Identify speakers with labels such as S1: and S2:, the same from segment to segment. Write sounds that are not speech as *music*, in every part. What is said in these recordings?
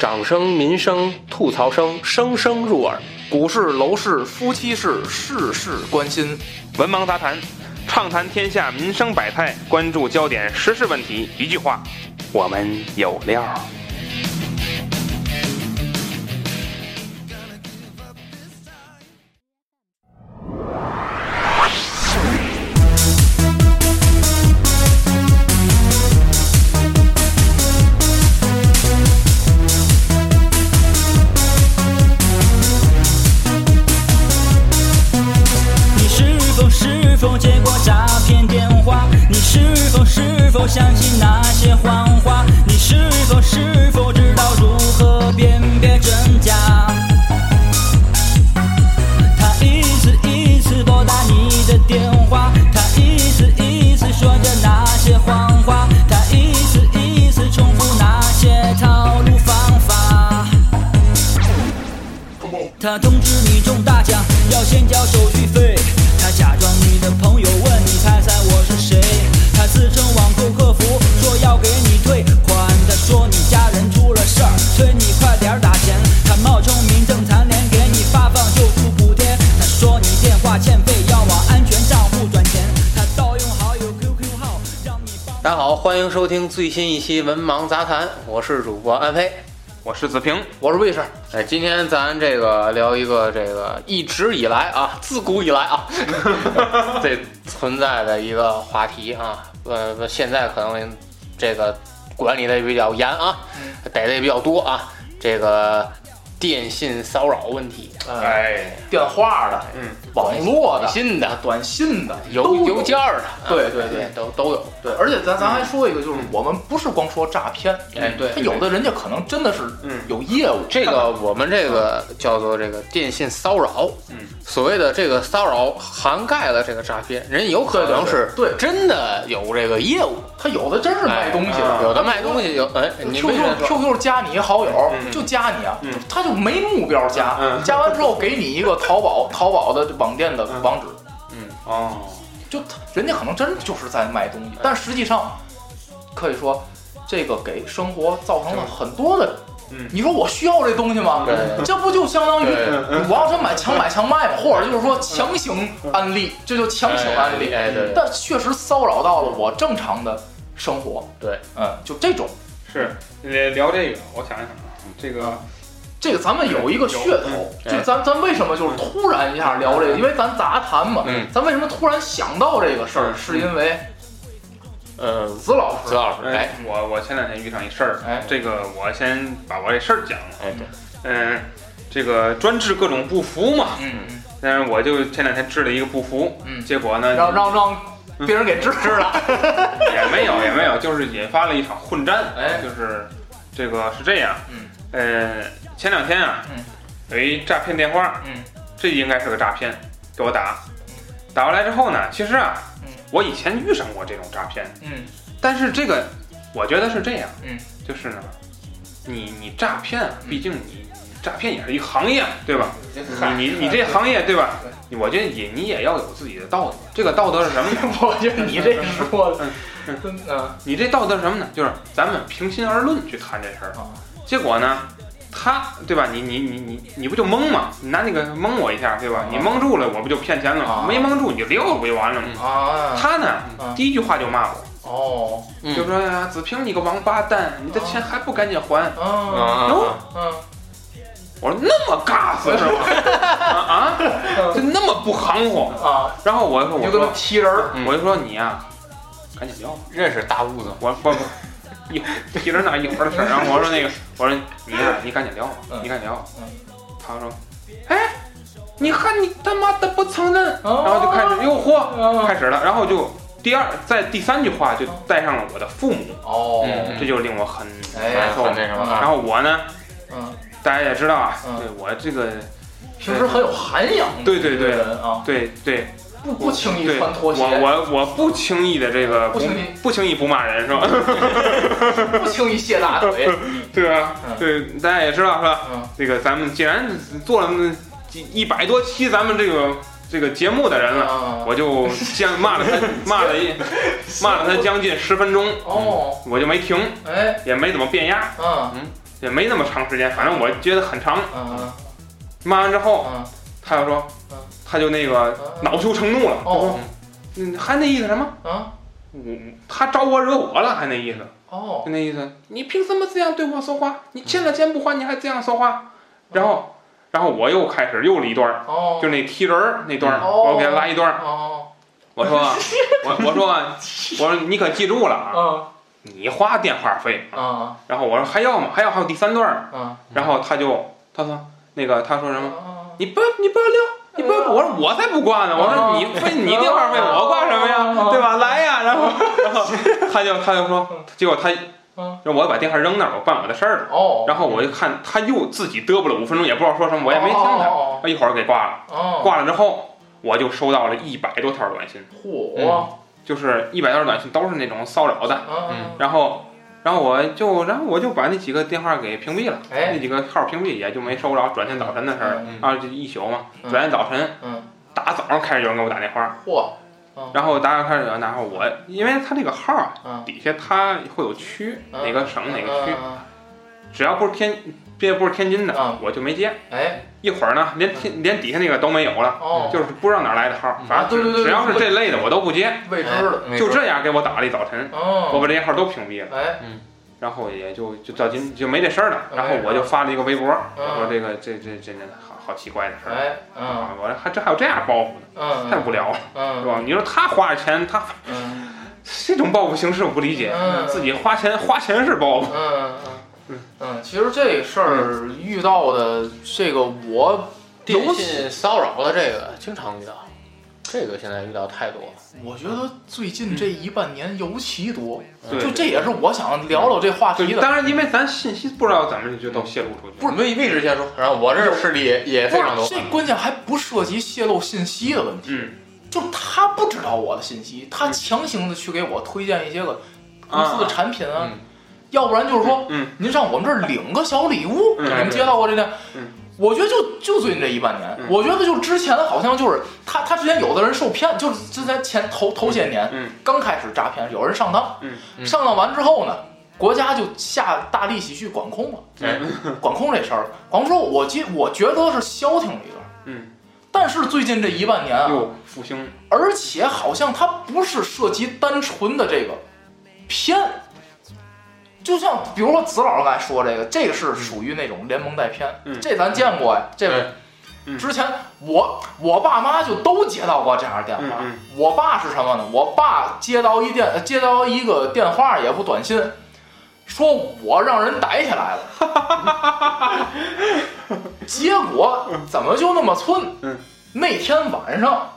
S1: 掌声、民生、吐槽声，声声入耳。
S2: 股市、楼市、夫妻市，事事关心。
S3: 文盲杂谈，畅谈天下民生百态，关注焦点时事问题。一句话，我们有料。
S4: 你是否是否接过诈骗电话？你是否是否相信那些谎话？你是否是否知道如何辨别真假？他一次一次拨打你的电话，他一次一次说着那些谎话，他一次一次重复那些套路方法。他通知你中大奖，要先交手续费。他假装你的朋友问你猜猜我是谁。他自称网购客服，说要给你退款。他说你家人出了事儿，催你快点儿打钱。他冒充民政残联，给你发放救助补贴。他说你电话欠费，要往安全账户转钱。他盗用好友 QQ 号，让你帮。
S1: 大家好，欢迎收听最新一期《文盲杂谈》，我是主播安飞，
S3: 我是子平，
S1: 我是魏 Sir。哎，今天咱这个聊一个这个一直以来啊，自古以来
S2: *laughs*
S1: 啊，这存在的一个话题啊，呃，现在可能这个管理的比较严啊，
S2: 嗯
S1: 逮的也比较多啊，这个电信骚扰问题，
S2: 呃，
S3: 哎，
S2: 电话的、
S3: 嗯，
S2: 网络
S1: 短
S2: 的、
S1: 信的、
S2: 短信的、
S1: 邮
S2: 都有
S1: 邮件儿的，啊
S2: 对对对
S1: 都都有。
S2: 对，而且咱咱还说一个，就是我们不是光说诈骗，
S1: 哎对嗯
S2: 他有的人家可能真的是有业务，
S1: 这个我们这个叫做这个电信骚扰，
S3: 嗯，
S1: 所谓的这个骚扰涵盖了这个诈骗，人有可能是
S2: 对对对
S1: 真的有这个业务，
S2: 他有的真是卖东西
S1: 哎
S2: 的，
S1: 有的卖东西有，哎，你没
S2: QQ
S1: 说
S2: QQ 加你一好友
S3: 嗯，嗯
S2: 就加你啊
S3: 嗯，
S2: 他就没目标加，
S3: 嗯
S2: 加完之后给你一个淘宝淘宝的网店的网址，
S1: 嗯
S2: 嗯
S3: 哦，
S2: 就他人家可能真就是在卖东西，
S1: 嗯
S2: 但实际上可以说这个给生活造成了很多的
S3: 嗯。
S2: 你说我需要这东西吗
S1: 对对？对
S2: 这不就相当于
S1: 对对嗯
S2: 我要真买强买强卖嘛，或者就是说强行安利，这就强行安利。
S1: 哎哎对对
S2: 但确实骚扰到了我正常的生活，
S1: 对，
S2: 嗯，就这种。
S3: 是呃聊这个，我想一想啊，这个
S2: 这个咱们有一个噱头，
S1: 嗯
S2: 就咱咱为什么就是突然一下聊这个？因为咱杂谈嘛
S1: 嗯，
S2: 咱为什么突然想到这个事儿？
S3: 嗯
S2: 是因为
S1: 呃，
S2: 子老
S1: 子
S2: 师，
S1: 老师，哎，，
S3: 我我前两天遇上一事儿，
S2: 哎
S3: 这个我先把我这事儿讲了，
S1: 哎对，
S3: 嗯、这个专治各种不服嘛，
S2: 嗯，
S3: 但是我就前两天治了一个不服，
S2: 嗯
S3: 结果呢，
S2: 让让让别人给支持了，
S3: 也没有也没有，就是引发了一场混战，
S2: 哎
S3: 就是这个是这样，
S2: 嗯
S3: 呃，前两天啊，
S2: 嗯
S3: 有一诈骗电话，
S2: 嗯
S3: 这应该是个诈骗，给我打，打过来之后呢，其实啊，
S2: 嗯
S3: 我以前遇上过这种诈骗，
S2: 嗯
S3: 但是这个我觉得是这样，
S2: 嗯，
S3: 就是呢，你你诈骗啊，毕竟你诈骗也是一行业，对吧？
S2: 嗯
S3: 你你你这行业对吧？我觉得也你也要有自己的道德，这个道德是什么呢？
S2: *laughs* *laughs* 我觉得你这说的
S3: 嗯，
S2: 真的
S3: 你这道德是什么呢？就是咱们平心而论去谈这事儿。
S2: 啊，
S3: 结果呢，他对吧？你你你你你不就蒙吗？你拿那个蒙我一下，对吧
S2: 啊？
S3: 你蒙住了，我不就骗钱了
S2: 啊
S3: 吗？没蒙住你就溜了，不就完了吗？
S2: 啊，
S3: 他
S2: 啊
S3: 呢，第一句话就骂我，
S2: 哦，
S1: 嗯
S3: 就说呀，子平你个王八蛋，你的钱还不赶紧还？
S2: 啊，
S1: 啊，
S2: 嗯，
S3: 我说那么尬死是吗？啊啊，就那么不行乎。
S2: 啊，
S3: 然后我说
S2: 你
S3: 我
S2: 就跟他嗯
S3: 说
S2: 踢人儿，
S3: 我就说你呀，赶紧撂吧。
S1: 认识大痦子吗，
S3: 我不不，一会儿提着那一会儿的事儿。然后我说那个，我说你呀，你赶紧聊吧，
S2: 嗯
S3: 你赶紧聊吧
S2: 嗯。
S3: 他说，哎，你看你他妈的不承认，
S2: 哦
S3: 然后就开始诱惑，
S2: 啊
S3: 开始了，然后就第二在第三句话就带上了我的父母，
S2: 哦，
S1: 嗯
S3: 这就令我很
S2: 哎
S3: 难受
S1: 很。那什么
S3: 然
S1: 啊，
S3: 后我呢，
S2: 嗯，
S3: 大家也知道啊，
S2: 嗯
S3: 对我这个
S2: 平时很有涵养的
S3: 对对对
S2: 人啊，
S3: 对对
S2: 不不轻易
S3: 对，
S2: 穿拖鞋，
S3: 我我我不轻易的这个
S2: 不轻易嗯
S3: 不轻易不骂人是吧？
S2: 不轻易卸大腿。
S3: *laughs* 对吧
S2: 嗯？
S3: 对，大家也知道是吧？
S2: 嗯
S3: 这个咱们既然做了那几一百多期咱们这个这个节目的人了，
S2: 啊，
S3: 嗯我就将
S2: *laughs*
S3: 骂了他骂了一骂了他将近十分钟，
S2: 哦，
S3: 我就没停，
S2: 哎，
S3: 也没怎么变压。
S2: 嗯，
S3: 也没那么长时间，反正我觉得很长。
S2: 嗯
S3: 骂完之后，
S2: 嗯
S3: 他就说
S2: 嗯，
S3: 他就那个
S2: 嗯
S3: 恼羞成怒了，
S2: 哦
S3: 嗯，还那意思什么？
S2: 嗯
S3: 我他招我惹我了，还那意思，
S2: 哦
S3: 就那意思，你凭什么这样对我说话？你欠了钱不还，你还这样说话？然后，然后我又开始又了一段儿，
S2: 哦，
S3: 就那踢人儿那段儿，
S2: 哦
S3: 我给他拉一段儿，
S2: 哦
S3: 我
S2: *laughs*
S3: 说啊，我我说啊，我说你可记住了啊，
S2: 嗯
S3: 你花电话费。
S2: 嗯
S3: 然后我说还要吗？还要还有第三段儿，
S2: 嗯，
S3: 然后他就他说那个他说什么？
S2: 么？
S3: 你不要你不要撂，你不
S2: 哦
S3: 要，我说我才不挂呢，我说你费你电话费，我挂什么
S2: 哦
S3: 呀，对吧？来呀，然后然后他就他就说，结果他
S2: 嗯
S3: 让我把电话扔那儿，我办我的事儿了。
S2: 哦，
S3: 然后我就看他又自己嘚啵了五分钟，也不知道说什么，我也没听他，
S2: 哦
S3: 他一会儿给挂了。
S2: 哦，
S3: 挂了之后，我就收到了一百多条短信，
S2: 火，
S3: 就是一百条短信都是那种骚扰的。
S2: 嗯，
S3: 然后，然后我就然后我就把那几个电话给屏蔽了，
S2: 哎
S3: 那几个号屏蔽也就没收着。转天早晨的事儿
S1: 嗯
S3: 啊，就一宿嘛，
S2: 嗯
S3: 转天早晨。
S2: 嗯，
S3: 打早上开始有人给我打电话，
S2: 嚯，
S3: 然后打早上开始有人打电话，我因为他这个号啊
S2: 嗯，
S3: 底下它会有区，
S2: 嗯
S3: 哪个省哪个区，
S2: 嗯？
S3: 只要不是天，别不是天津的
S2: 嗯，
S3: 我就没接。
S2: 哎，
S3: 一会儿呢，连天连底下那个都没有了，
S2: 嗯哦，
S3: 就是不知道哪儿来的号，
S1: 嗯
S3: 反
S2: 啊对
S3: 正
S2: 对
S3: 只
S2: 对
S3: 只要是这类的我都不接，
S2: 未知的，
S1: 没
S3: 就
S1: 准儿
S3: 这样给我打了一早晨，我
S2: 嗯，
S3: 把这些号都屏蔽了。
S2: 哎，
S3: 然后也就就到今就没这事儿了，
S2: 嗯
S3: 然后我就发了一个微博，
S2: 嗯
S3: 我说这个这这这这好好奇怪的事儿，
S2: 哎，嗯，
S3: 啊，我说还这还有这样报复
S2: 嗯，
S3: 的，太无聊了，是
S2: 嗯，
S3: 吧？你说他花着钱，他
S2: 嗯，
S3: 这种报复形式我不理解，
S2: 嗯
S3: 自己花钱花钱是报复，
S2: 嗯，嗯，嗯，其实这事儿遇到的这个我
S1: 电
S2: 尤其
S1: 信骚扰的这个经常遇到，这个现在遇到太多了。
S2: 我觉得最近这一半年尤其多，
S3: 对
S2: 就这也是我想聊聊这话题
S3: 对，
S2: 的。
S3: 当然因为咱信息不知道怎么就都泄露出去，
S1: 不是未必是先说，然后我这儿势力也也非常多。
S2: 这关键还不涉及泄露信息的问题，
S3: 嗯
S2: 就是他不知道我的信息，他强行的去给我推荐一些个公司的
S3: 啊，
S2: 产品啊，
S1: 嗯
S2: 要不然就是说，
S3: 嗯
S2: 您上我们这儿领个小礼物，
S3: 嗯
S2: 你们接到过这件？
S3: 嗯
S2: 我觉得就就最近这一半年，
S3: 嗯
S2: 我觉得就之前好像就是他他之前有的人受骗，就是之前前头头些年、
S3: 嗯
S2: 刚开始诈骗，有人上当，
S3: 嗯
S1: 嗯
S2: 上当完之后呢，国家就下大力气去管控了，
S1: 哎
S2: 管控这事儿。管控之后，我记我觉得是消停了一段，
S3: 嗯，
S2: 但是最近这一半年啊，
S3: 又复兴，
S2: 而且好像它不是涉及单纯的这个偏，就像比如说子老师刚才说这个，这个是属于那种连蒙带偏，
S3: 嗯
S2: 这咱见过呀、这个
S1: 对。
S3: 嗯
S2: 之前我我爸妈就都接到过这样的电话。
S3: 嗯嗯
S2: 我爸是什么呢？我爸接到一电呃接到一个电话，也不短信，说我让人逮起来了，
S3: *laughs*
S2: 结果怎么就那么寸？
S3: 嗯
S2: 那天晚上，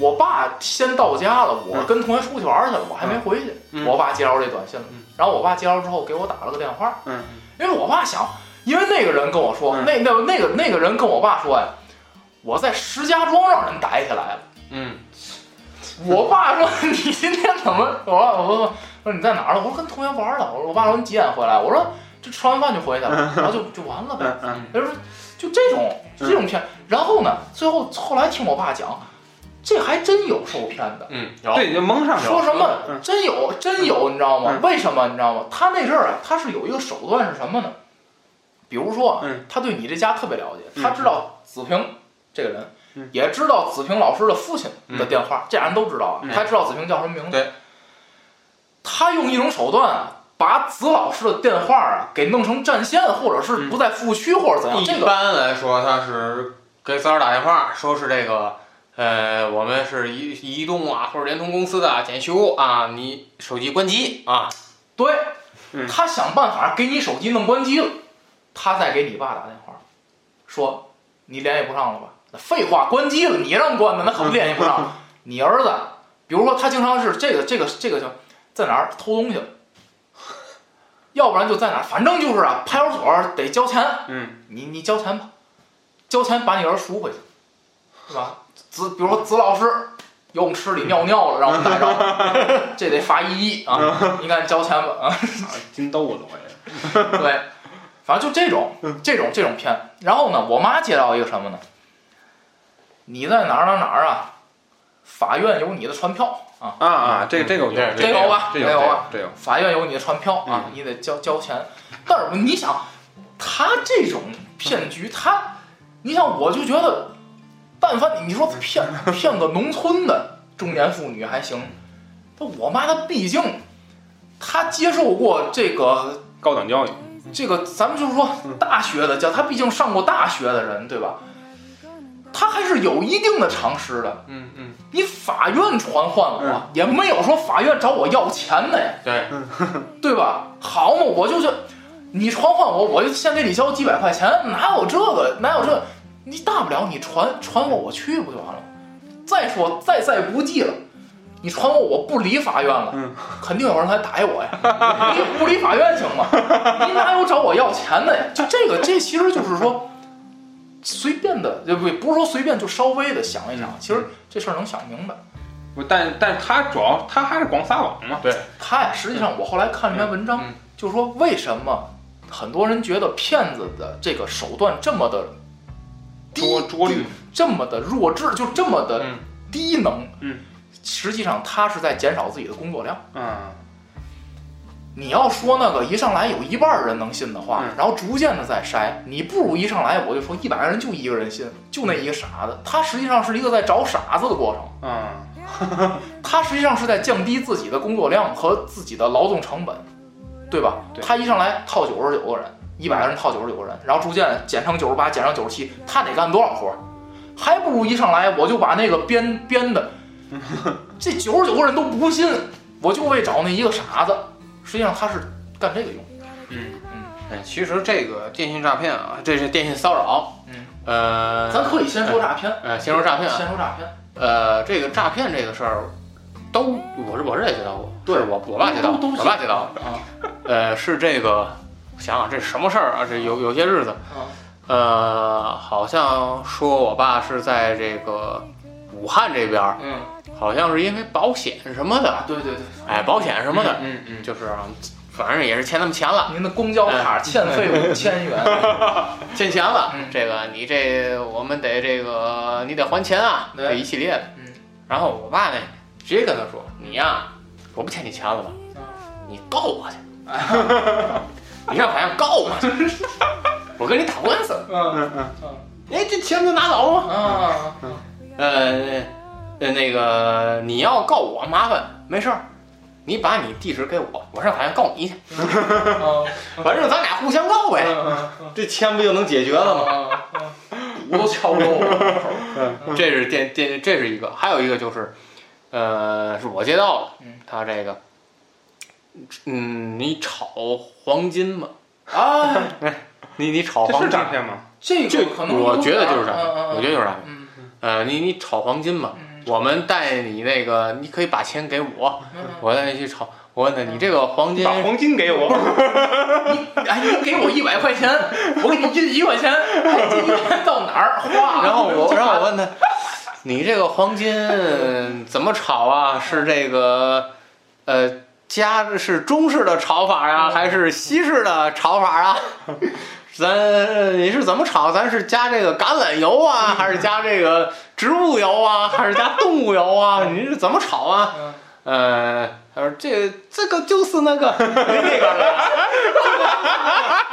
S2: 我爸先到家了，我跟同学出去玩去了，我还没回去。
S3: 嗯
S2: 我爸接着这短信了，然后我爸接着之后给我打了个电话，
S3: 嗯
S2: 因为我爸想，因为那个人跟我说，
S3: 嗯
S2: 那那那个那个人跟我爸说呀，我在石家庄让人逮起来了。
S1: 嗯，
S2: 我爸说你今天怎么？我爸我说说你在哪儿了？我说跟同学玩了。我说我爸说你几点回来？我说这吃完饭就回去了，然后就就完了呗。
S3: 嗯嗯，
S2: 他说就这种就这种骗。然后呢，最后后来听我爸讲，这还真有受骗的。
S1: 嗯，有
S3: 对，就蒙上
S2: 说
S3: 了，
S2: 什么
S3: 嗯
S2: 真有真有，你知道吗
S3: 嗯？
S2: 为什么你知道吗？他那阵儿啊，他是有一个手段是什么呢？比如说啊
S3: 嗯，
S2: 他对你这家特别了解，
S3: 嗯
S2: 他知道子平这个人
S3: 嗯，
S2: 也知道子平老师的父亲的电话，这俩人都知道啊
S3: 嗯，
S2: 他知道子平叫什么名字。
S1: 对，
S2: 他用一种手段啊。把子老师的电话啊给弄成占线，或者是
S3: 嗯
S2: 不在服务区，或者怎样，这
S1: 一
S2: 个
S1: 般来说，他是给三儿打电话，说是这个，呃，我们是移移动啊或者联通公司的啊检修啊，你手机关机啊，
S2: 对
S3: 嗯，
S2: 他想办法给你手机弄关机了，他再给你爸打电话，说你联系不上了吧？那废话，关机了，你让关的，那可不联系不
S3: *laughs*
S2: 上。你儿子，比如说他经常是这个这个这个就在哪儿偷东西了，要不然就在哪儿，反正就是啊，派出所得交钱，
S3: 嗯
S2: 你你交钱吧，交钱把你儿赎回去，是吧？子比如说子老师游泳池里尿尿了，让我们逮着
S3: *laughs*
S2: 了，这得罚一亿啊！你赶紧交钱吧啊！
S3: 啊金豆子我也，
S2: 对，反正就这种这种这种片。然后呢，我妈接到一个什么呢？你在哪儿哪儿哪儿啊？法院有你的传票，
S3: 啊啊，这个这个我觉得
S1: 嗯
S3: 这个
S2: 这有吧
S3: 这有
S2: 这
S3: 啊
S2: 有吧
S3: 这有，
S2: 法院有你的传票啊，你得交交钱。但是你想，他这种骗局，他，你想，我就觉得，但凡你说骗骗个农村的中年妇女还行，但我妈她毕竟，她接受过这个
S3: 高等教育，
S2: 这个，咱们就是说大学的教，她毕竟上过大学的人，对吧？她还是有一定的常识的。
S3: 嗯嗯，
S2: 你法院传唤我，
S3: 嗯
S2: 也没有说法院找我要钱的呀。
S1: 对，
S2: 对吧？好嘛，我就是你传唤我，我就先给你交几百块钱，哪有这个？哪有这？你大不了你传传我，我去不就完了？再说再再不济了，你传我，我不理法院了，
S3: 嗯
S2: 肯定有人来逮我呀！你不理法院行吗？你哪有找我要钱的呀？就这个，这其实就是说。随便的，呃，不，不是说随便，就稍微的想一想，其实这事儿能想明白。
S3: 不但但他主要他还是广撒网嘛，
S2: 他呀，实际上我后来看了一篇文章，
S3: 嗯嗯
S2: 就说为什么很多人觉得骗子的这个手段这么的低
S3: 捉捉绿，
S2: 这么的弱智，就这么的
S3: 嗯
S2: 低能。
S3: 嗯
S2: 实际上他是在减少自己的工作量。
S3: 嗯
S2: 你要说那个一上来有一半儿人能信的话，
S3: 嗯
S2: 然后逐渐的再筛，你不如一上来我就说一百个人就一个人信，就那一个傻子。他实际上是一个在找傻子的过程，
S3: 嗯，
S2: 他实际上是在降低自己的工作量和自己的劳动成本，对吧？
S3: 对
S2: 他一上来套九十九个人，一百个人套九十九个人，然后逐渐减成九十八，减成九十七，他得干多少活儿？还不如一上来我就把那个编编 *laughs* 的，这九十九个人都不信，我就为找那一个傻子。实际上他是干这个用，
S1: 哎其实这个电信诈骗啊，这是电信骚扰，
S2: 嗯，
S1: 呃，
S2: 咱可以先说诈骗，
S1: 呃，先说诈骗啊，
S2: 先说诈骗，
S1: 呃，这个诈骗这个事儿，都我是我是也接到过，
S2: 对
S1: 是我我爸接到，
S2: 都都
S1: 我爸接到
S2: 啊，
S1: 呃，是这个，想想这什么事儿啊？这有有些日子，
S2: 啊
S1: 呃，好像说我爸是在这个武汉这边儿，
S2: 嗯
S1: 好像是因为保险什么
S2: 啊
S1: 的，，
S2: 对对对，
S1: 哎，保险什么的，
S3: 嗯嗯，
S1: 就是啊反正也是欠他们钱了，
S2: 您的公交卡欠费五千 *laughs* 元，
S1: 欠钱了
S2: 嗯，
S1: 这个你这我们得这个你得还钱啊，
S2: 对
S1: 这一系列的
S2: 嗯。
S1: 然后我爸呢，直接跟他说：“你呀、我不欠你钱了吧
S2: 嗯？
S1: 你告我
S2: *laughs*
S1: 去，你上法院告我去，我跟你打官司。
S2: 嗯
S1: 哎，这钱不就拿走了吗？
S2: 啊，
S1: 呃，呃，那个你要告我麻烦，没事儿，你把你地址给我，我上法院告你去，
S2: 啊
S1: 反正咱俩互相告呗，
S2: 嗯
S1: 这钱不就能解决了吗？”
S2: 我都敲着我。
S1: *laughs* 这是电电，这是一个，还有一个就是，呃，是我接到的
S2: 嗯，
S1: 他这个，嗯，你炒黄金嘛，
S2: 啊，
S1: *laughs* 你你炒
S3: 这
S1: 黄
S3: 是
S1: 金
S3: 诈，骗吗？
S2: *laughs* 这
S1: 这
S2: 个可能啊
S1: 我觉得就是诈
S2: 这
S1: 骗，我觉得就是诈骗，
S2: 嗯
S1: 呃，你你炒黄金嘛，
S2: 嗯
S1: 我们带你那个，你可以把钱给我，
S2: 嗯
S1: 我带你去炒，我问他你这个黄金
S3: 把啊黄金给我，
S2: 嗯，哎，你给我一百块钱，我给你印一块钱，哎，这一块钱到哪儿花？
S1: *laughs* 然后我，然后我问他，你这个黄金怎么炒 *laughs* 啊？是这个，呃，加是中式的炒法呀、还是西式的炒法啊？ *laughs* 咱你是怎么炒？咱是加这个橄榄油啊，还是加这个植物油 *laughs* 啊，还是加动物油啊？你是怎么炒啊？
S2: 嗯
S1: 呃，他说这这个就是那个 *laughs* 那个了，炒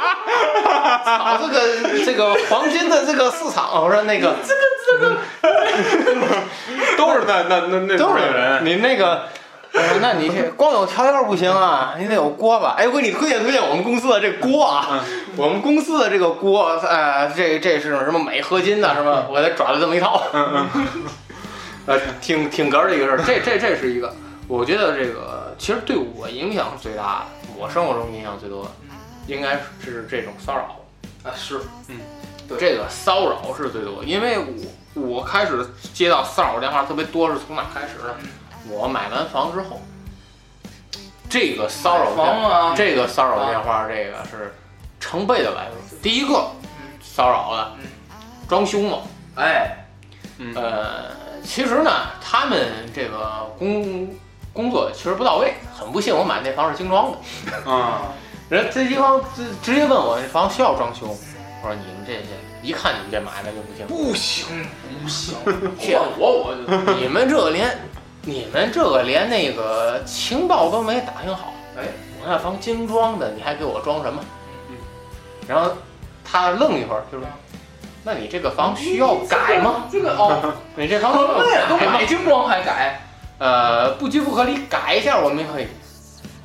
S1: 这个 *laughs* 这个黄金的这个市场。我说那个 *laughs*
S3: 都是那那那那
S1: 都是
S3: 那人，
S1: 你那个，我说那你这光有调料不行啊，你得有锅吧？哎，我给你推荐推荐我们公司的这锅啊，
S3: 嗯
S1: 我们公司的这个锅，呃，这这是什么镁合金的什么？
S3: 嗯
S1: 我给他转了这么一套，呃，挺挺哏儿的一个事儿。这这这是一个，我觉得这个其实对我影响最大的，我生活中影响最多的，应该是这种骚扰。
S2: 啊是，
S1: 这个骚扰是最多，因为我我开始接到骚扰电话特别多是从哪开始呢？
S2: 嗯
S1: 我买完房之后，这个骚扰
S2: 房
S1: 电
S2: 啊，
S1: 这个骚扰电话这个是成倍的来了。第一个骚扰的
S2: 嗯
S1: 装修嘛，
S2: 哎，
S1: 呃，其实呢，他们这个工工作确实不到位，很不幸我买那房是精装的。
S3: 啊，
S1: 人这地方直直接问我这房需要装修吗，我说你们这些一看你们这买卖就不行，
S2: 不行不行，
S1: 骗
S2: 换我我就
S1: 你们这连你们这个连那个情报都没打听好，
S3: 哎，
S1: 我那房精装的，你还给我装什么？
S3: 嗯
S1: 然后他愣一会儿，就说：“那你这个房需要改吗？？
S2: 这个哦，
S1: 你这房
S2: 什么呀？都
S1: 改吗
S2: 买精装还改？
S1: 呃，不拘不合理，改一下我们可以。”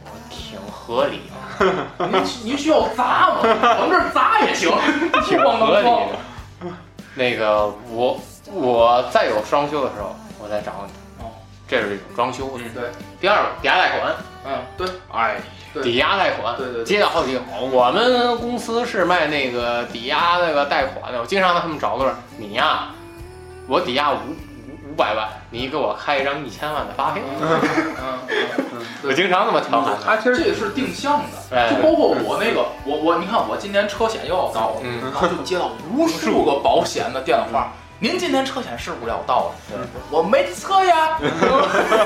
S1: 我说挺合理的，
S2: 您您需要砸吗？往这儿砸也行，
S1: 挺
S2: 咣
S1: 合
S2: 咣
S1: 理
S2: 咣
S1: 的。那个我我再有装修的时候，我再找你。
S2: 哦，
S1: 这是一种装修。
S3: 嗯
S2: 对。
S1: 第二个抵押贷款，
S2: 嗯，对，
S3: 哎，
S2: 对
S1: 抵押贷款。
S2: 对对对
S1: 接到好几个，我们公司是卖那个抵押那个贷款的，我经常让他们找乐儿。你呀、我抵押五五五百万，你给我开一张一千万的发票。
S2: 嗯，
S1: *laughs* 我经常那么调侃他。
S3: 他其实
S2: 这是定向的。就
S1: 哎，
S2: 包括我那个，我我你看我今年车险又要到了，
S1: 嗯
S2: 然后就接到无数个保险的电话。
S3: 嗯
S2: 您今年车险是不是要到了？我没车呀，
S3: 嗯
S2: *laughs*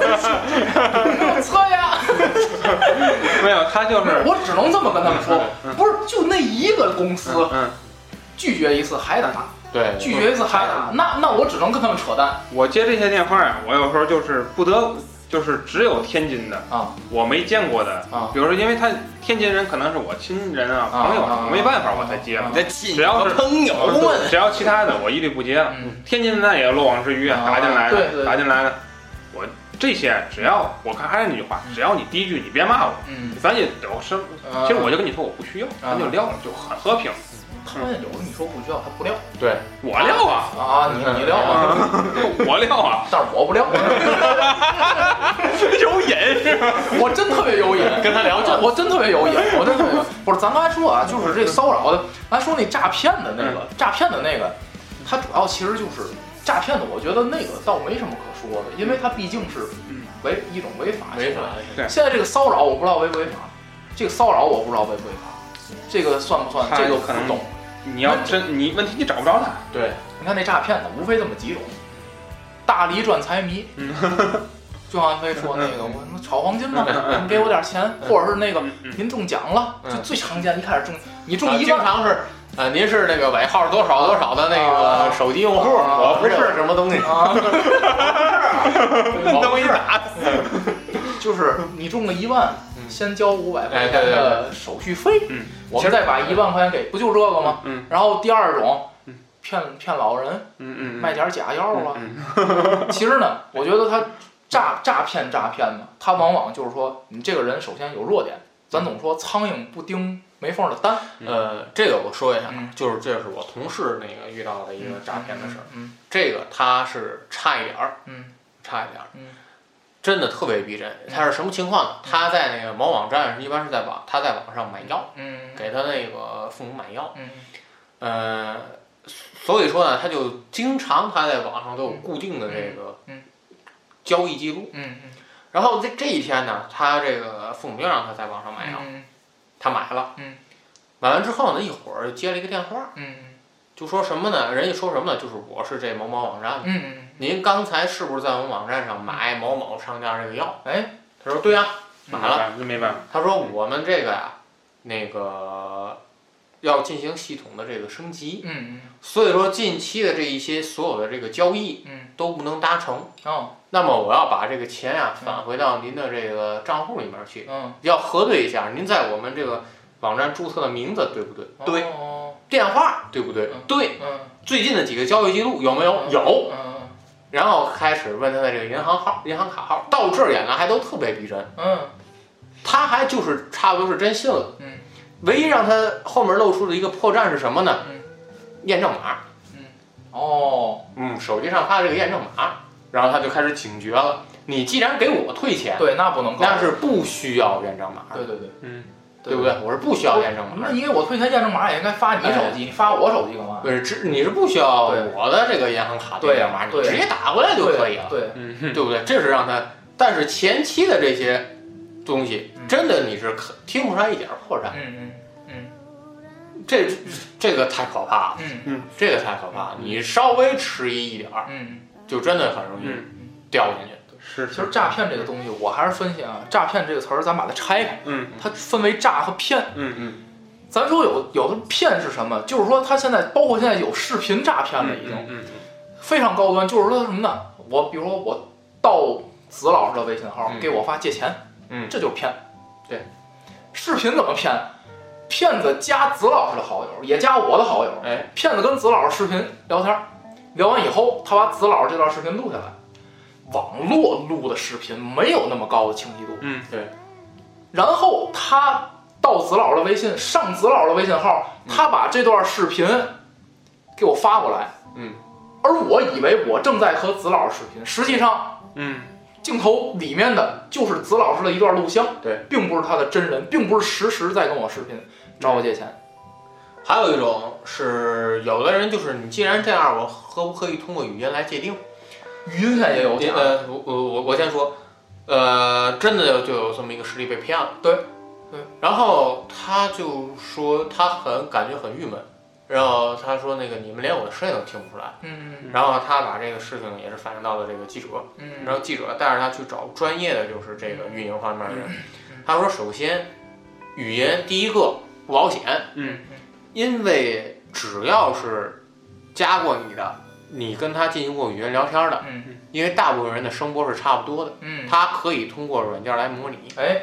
S2: 没有车呀，
S3: 没有，他就是
S2: 我只能这么跟他们说。不是，就那一个公司
S3: 嗯，
S2: 拒绝一次还打，
S1: 对，
S2: 拒绝一次还
S3: 嗯
S2: 打，那那我只能跟他们扯淡
S3: 我接这些电话呀，我有时候就是不得，就是只有天津的，
S2: 啊
S3: 我没见过的。
S2: 啊！
S3: 比如说，因为他天津人可能是我亲人啊、
S2: 啊
S3: 朋友
S2: 啊
S3: 啊，
S2: 啊
S3: 没办法我才接
S2: 啊
S3: 嘛。
S1: 这亲
S3: 只要是
S1: 朋友们，
S3: 只要其他的我一律不接。
S2: 嗯
S3: 天津那也漏网之鱼啊，
S2: 啊
S3: 打进来
S2: 对对
S3: 的，打进来的，我这些只要我看还是那句话
S2: 嗯，
S3: 只要你第一句你别骂我，
S2: 嗯，
S3: 咱也有什，
S2: 啊
S3: 其实我就跟你说我不需要，咱就撂了，就很和平。
S2: 呃他们有的你说不需要，他不撂
S1: 对，
S3: 我撂啊，
S2: 啊，你你撂啊，
S3: *laughs* 嗯我撂
S2: *laughs*
S3: 啊，
S2: 但是我不撂，
S3: 有瘾是吧？
S2: *laughs* 我真特别有
S3: *laughs*
S2: 瘾。
S1: 跟他聊
S2: 我真我真特别有瘾，我真特别有瘾不是，咱刚才说啊，就是这骚扰的，咱说那诈骗的那
S3: 嗯
S2: 个，诈骗的那个，它主要其实就是诈骗的，我觉得那个倒没什么可说的，因为它毕竟是
S3: 嗯
S2: 违一种违法行为
S1: 违法。
S3: 对
S2: 现在这个骚扰我不知道违不违法，这个骚扰我不知道违不违法，这个算不算？
S3: 他
S2: 这个
S3: 可能
S2: 不懂。
S3: 你要真你问题你找不着他，
S1: 对，
S2: 你看那诈骗的无非这么几种，大梨赚财迷，
S3: 嗯
S2: *laughs* 就像安飞说那
S3: *laughs*
S2: 个我他妈炒黄金嘛，你给我点钱，或者是那个
S3: 嗯嗯
S2: 您中奖了，
S1: 嗯
S2: 就最常见，一开始中你中
S1: 啊
S2: 一
S1: 经
S2: 万，
S1: 常是。啊，您是那个尾号多少多少的那个
S2: 啊
S1: 手机用户？
S2: 啊
S1: 我不是什么东西， *laughs*
S2: 啊，
S1: 我不是。
S2: 就是你中了一万，
S1: 嗯
S2: 先交五百块
S1: 哎对
S2: 钱
S1: 对对
S2: 的手续费
S3: 嗯，
S2: 我们再把一万块钱给，不就这个吗？
S3: 嗯
S2: 然后第二种
S3: 嗯，
S2: 骗骗老人，
S3: 嗯嗯，
S2: 卖点假药
S3: 嗯
S2: 了，
S3: 嗯
S2: *laughs* 其实呢，我觉得他诈诈骗诈骗呢，他往往就是说你这个人首先有弱点，咱总说苍蝇不叮没缝儿的蛋，
S1: 呃，这个我说一下
S2: 嗯，
S1: 就是这是我同事那个遇到的一个诈骗的事儿。
S2: 嗯
S1: 这个他是差一点儿，
S2: 嗯
S1: 差一点儿，
S2: 嗯
S1: 真的特别逼真。他是什么情况呢？他在那个某网站，一般是在网，他在网上买药，
S2: 嗯
S1: 给他那个父母买药。
S2: 嗯
S1: 呃，所以说呢，他就经常他在网上都有固定的这个
S2: 嗯
S1: 交易记录。
S2: 嗯
S1: 然后这这一天呢，他这个父母就让他在网上买药，
S2: 嗯
S1: 他买了。
S2: 嗯
S1: 买完之后呢，一会儿接了一个电话，
S2: 嗯
S1: 就说什么呢？人家说什么呢？就是我是这某某网站的。
S2: 嗯，
S1: 您刚才是不是在我们网站上买某某商家这个药？
S2: 哎，嗯
S1: 他说对呀、买
S3: 嗯没
S1: 了。
S3: 办法，没办法，
S1: 他说我们这个呀、那个要进行系统的这个升级，
S2: 嗯
S1: 所以说近期的这一些所有的这个交易
S2: 嗯
S1: 都不能达成。
S2: 哦
S1: 那么我要把这个钱呀、
S2: 嗯
S1: 返回到您的这个账户里面去，
S2: 嗯
S1: 要核对一下您在我们这个网站注册的名字对不对？对，
S2: 嗯
S1: 电话对不对
S2: 嗯？
S1: 对，最近的几个交易记录有没有？
S2: 嗯
S1: 有。
S2: 嗯
S1: 然后开始问他的这个银行号、银行卡号，到这儿演的还都特别逼真，
S2: 嗯
S1: 他还就是差不多是真信了。
S2: 嗯，
S1: 唯一让他后面露出的一个破绽是什么呢？
S2: 嗯
S1: 验证码，
S2: 哦，
S1: 嗯，手机上发的这个验证码，然后他就开始警觉了。你既然给我退钱，
S2: 对，那不能告，
S1: 那是不需要验证码的，
S2: 对对对，
S3: 嗯，
S1: 对不对？我是不需要验证码
S2: 那
S1: 的，
S2: 你给我退钱验证码也应该发你手机，你发我手机干嘛？
S1: 对，只你是不需要
S2: 对
S1: 我的这个银行卡的验证码，你
S2: 对
S1: 直接打过来就可以了。
S2: 对，
S3: 嗯哼
S1: 对不对？这是让他，但是前期的这些东西
S2: 嗯，
S1: 真的你是可听不出来一点破绽，
S2: 嗯嗯
S1: 这这个太可怕了，
S2: 嗯
S1: 这个太可怕了。你稍微迟疑一点儿，
S2: 嗯。
S1: 就真的很容易掉进去。
S3: 是
S2: 其实诈骗这个东西，我还是分析啊，诈骗这个词儿，咱把它拆开，
S3: 嗯
S2: 它分为诈和骗。
S3: 嗯嗯
S2: 咱说有有的骗是什么？就是说他现在包括现在有视频诈骗了，已经
S3: 嗯
S2: 非常高端。就是说什么呢？我比如说我到子老师的微信号
S1: 嗯
S2: 给我发借钱，
S3: 嗯
S2: 这就是骗。
S1: 对，
S2: 视频怎么骗？骗子加子老师的好友，也加我的好友。
S1: 哎，
S2: 骗子跟子老师视频聊天儿，聊完以后，他把子老师这段视频录下来。网络录的视频没有那么高的清晰度，
S3: 嗯，
S1: 对。
S2: 然后他到子老师的微信，上子老师的微信号，他把这段视频给我发过来，
S1: 嗯，
S2: 而我以为我正在和子老师视频，实际上
S3: 嗯，
S2: 镜头里面的就是子老师的一段录像，
S1: 对，
S2: 并不是他的真人，并不是实时在跟我视频找我借钱，
S1: 还有一种是，有的人就是你既然这样，我可不可以通过语音来界定？
S2: 语音现在也有假，
S1: 嗯呃，我我我我先说，呃，真的就有这么一个实例被骗了。
S2: 对，对。
S1: 然后他就说他很感觉很郁闷，然后呃他说那个你们连我的声音都听不出来。
S2: 嗯
S1: 然后他把这个事情也是反映到了这个记者，
S2: 嗯
S1: 然后记者带着他去找专业的就是这个运营方面的人。他说，首先语言第一个不保险，
S3: 嗯，
S1: 因为只要是加过你的，你跟他进行过语音聊天的，
S2: 嗯
S1: 因为大部分人的声波是差不多的，
S2: 嗯，
S1: 它可以通过软件来模拟，
S2: 哎，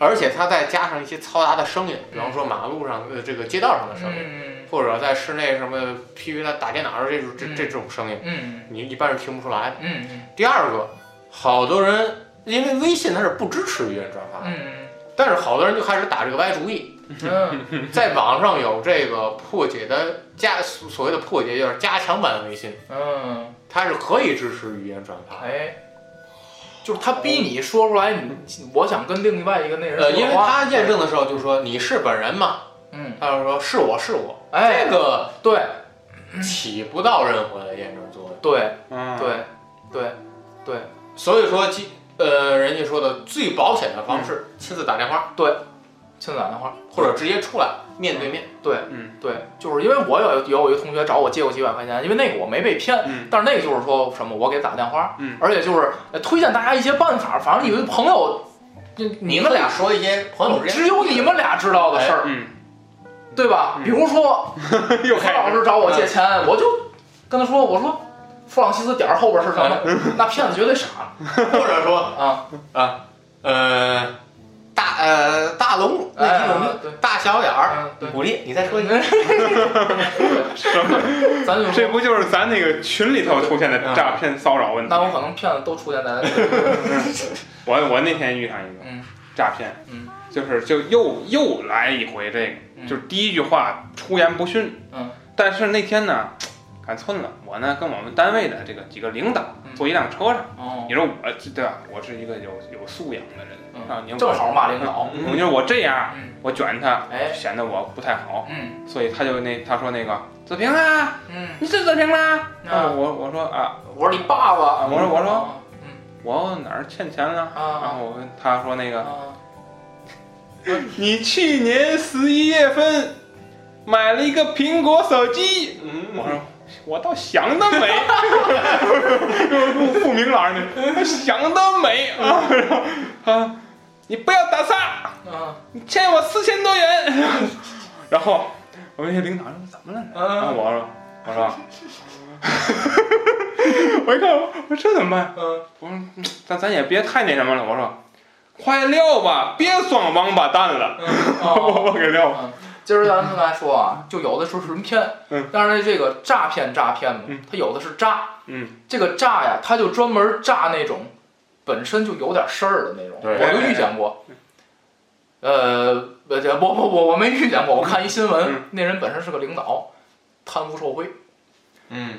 S1: 而且它再加上一些嘈杂的声音，比方说马路上呃这个街道上的声音，
S2: 嗯
S1: 或者在室内什么噼噼的打电脑这种这
S2: 嗯
S1: 这种声音，
S2: 嗯
S1: 你一般是听不出来的。
S2: 嗯
S1: 第二个，好多人因为微信它是不支持语音转发的，
S2: 嗯
S1: 但是好多人就开始打这个歪主意，
S2: 嗯
S1: 在网上有这个破解的加所所谓的破解，就是加强版的微信， *laughs*
S2: 嗯，
S1: 它是可以支持语音转发的。
S2: 哎，就是他逼你说出来，你我想跟另外一个那人
S1: 呃，
S2: 说
S1: 因为
S2: 话
S1: 他验，证的时候就说你是本人吗？
S2: 嗯，
S1: 他就说是我是我，
S2: 哎，
S1: 这个
S2: 对
S1: 起不到任何的验证作用。
S2: 对
S3: 嗯，
S2: 对对，
S1: 所以说，其呃，人家说的最保险的方式，亲自打电话
S2: 青攒的话，
S1: 或者直接出来面对面。
S2: 对，
S3: 嗯
S2: 对，就是因为我有有一个同学找我借过几百块钱，因为那个我没被骗，
S3: 嗯
S2: 但是那个就是说什么我给打电话，
S3: 嗯
S2: 而且就是呃推荐大家一些办法，反正有一朋友，你
S1: 你们俩说一些朋友之间，
S2: 只有你们俩知道的事儿，
S3: 嗯，
S2: 对吧？
S3: 嗯
S2: 比如说
S3: 又
S2: 付
S3: 开
S2: 老
S3: 始，
S2: 师找我借钱，我就跟他说，我说弗朗西斯点儿后边是什么？ *laughs* 那骗子绝对傻了
S1: 或者说
S2: 嗯啊！
S1: 呃大呃大龙那
S2: 哎
S1: 几种
S2: 对，
S1: 大小眼儿。
S2: 嗯对，
S1: 哎鼓励你再说一遍。
S2: 嗯咱就
S3: 这
S2: 说，
S3: 不就是咱那个群里头出现的诈骗骚扰问题
S2: 那？有可能骗子都出现在，
S3: 我我那天遇上一个
S2: 嗯
S3: 诈骗，
S2: 嗯，
S3: 就是就又又来一回这个，
S2: 嗯
S3: 就是第一句话出言不逊，
S2: 嗯，
S3: 但是那天呢，赶村了，我呢跟我们单位的这个几个领导
S2: 嗯
S3: 坐一辆车上，
S2: 哦
S3: 你，说我对吧？我是一个有有素养的人
S2: 嗯
S3: 啊，你
S2: 正好骂领导，
S3: 嗯我就是我这样，
S2: 嗯
S3: 我卷他，
S2: 哎
S3: 显得我不太好，
S2: 嗯
S3: 所以他就那他说那个子平啊，
S2: 嗯，
S3: 你是子平吗？
S2: 啊
S3: 啊，我我说啊，
S2: 嗯我说你爸爸，
S3: 啊我说我说
S2: 啊
S3: 我哪儿欠钱了？然
S2: 啊
S3: 后我跟他说那个，
S2: 啊，
S3: 你去年十一月份买了一个苹果手机，我说我倒想得美，不明朗呢，想得美啊，然后啊，你不要打岔，
S2: 嗯
S3: 你欠我四千多元， *laughs* 然后我们那些领导说怎么了呢？然后
S2: 嗯
S3: 我说我说，我一看我说这怎么办？
S2: 嗯，
S3: 我说嗯咱咱也别太那什么了，我说快撂吧，别装王八蛋了。 *laughs*
S2: 哦。
S3: 我我给撂了。
S2: 今儿咱们来说啊，就有的时候是骗，
S3: 嗯，
S2: 但是这个诈骗诈骗嘛
S3: 嗯，
S2: 它有的是诈，
S3: 嗯，
S2: 这个诈呀，它就专门诈那种本身就有点事儿的那种，
S1: 对
S2: 我就遇见过。呃，我这我我我我没遇见过，我看一新闻
S3: 嗯，
S2: 那人本身是个领导，贪污受贿，
S1: 嗯，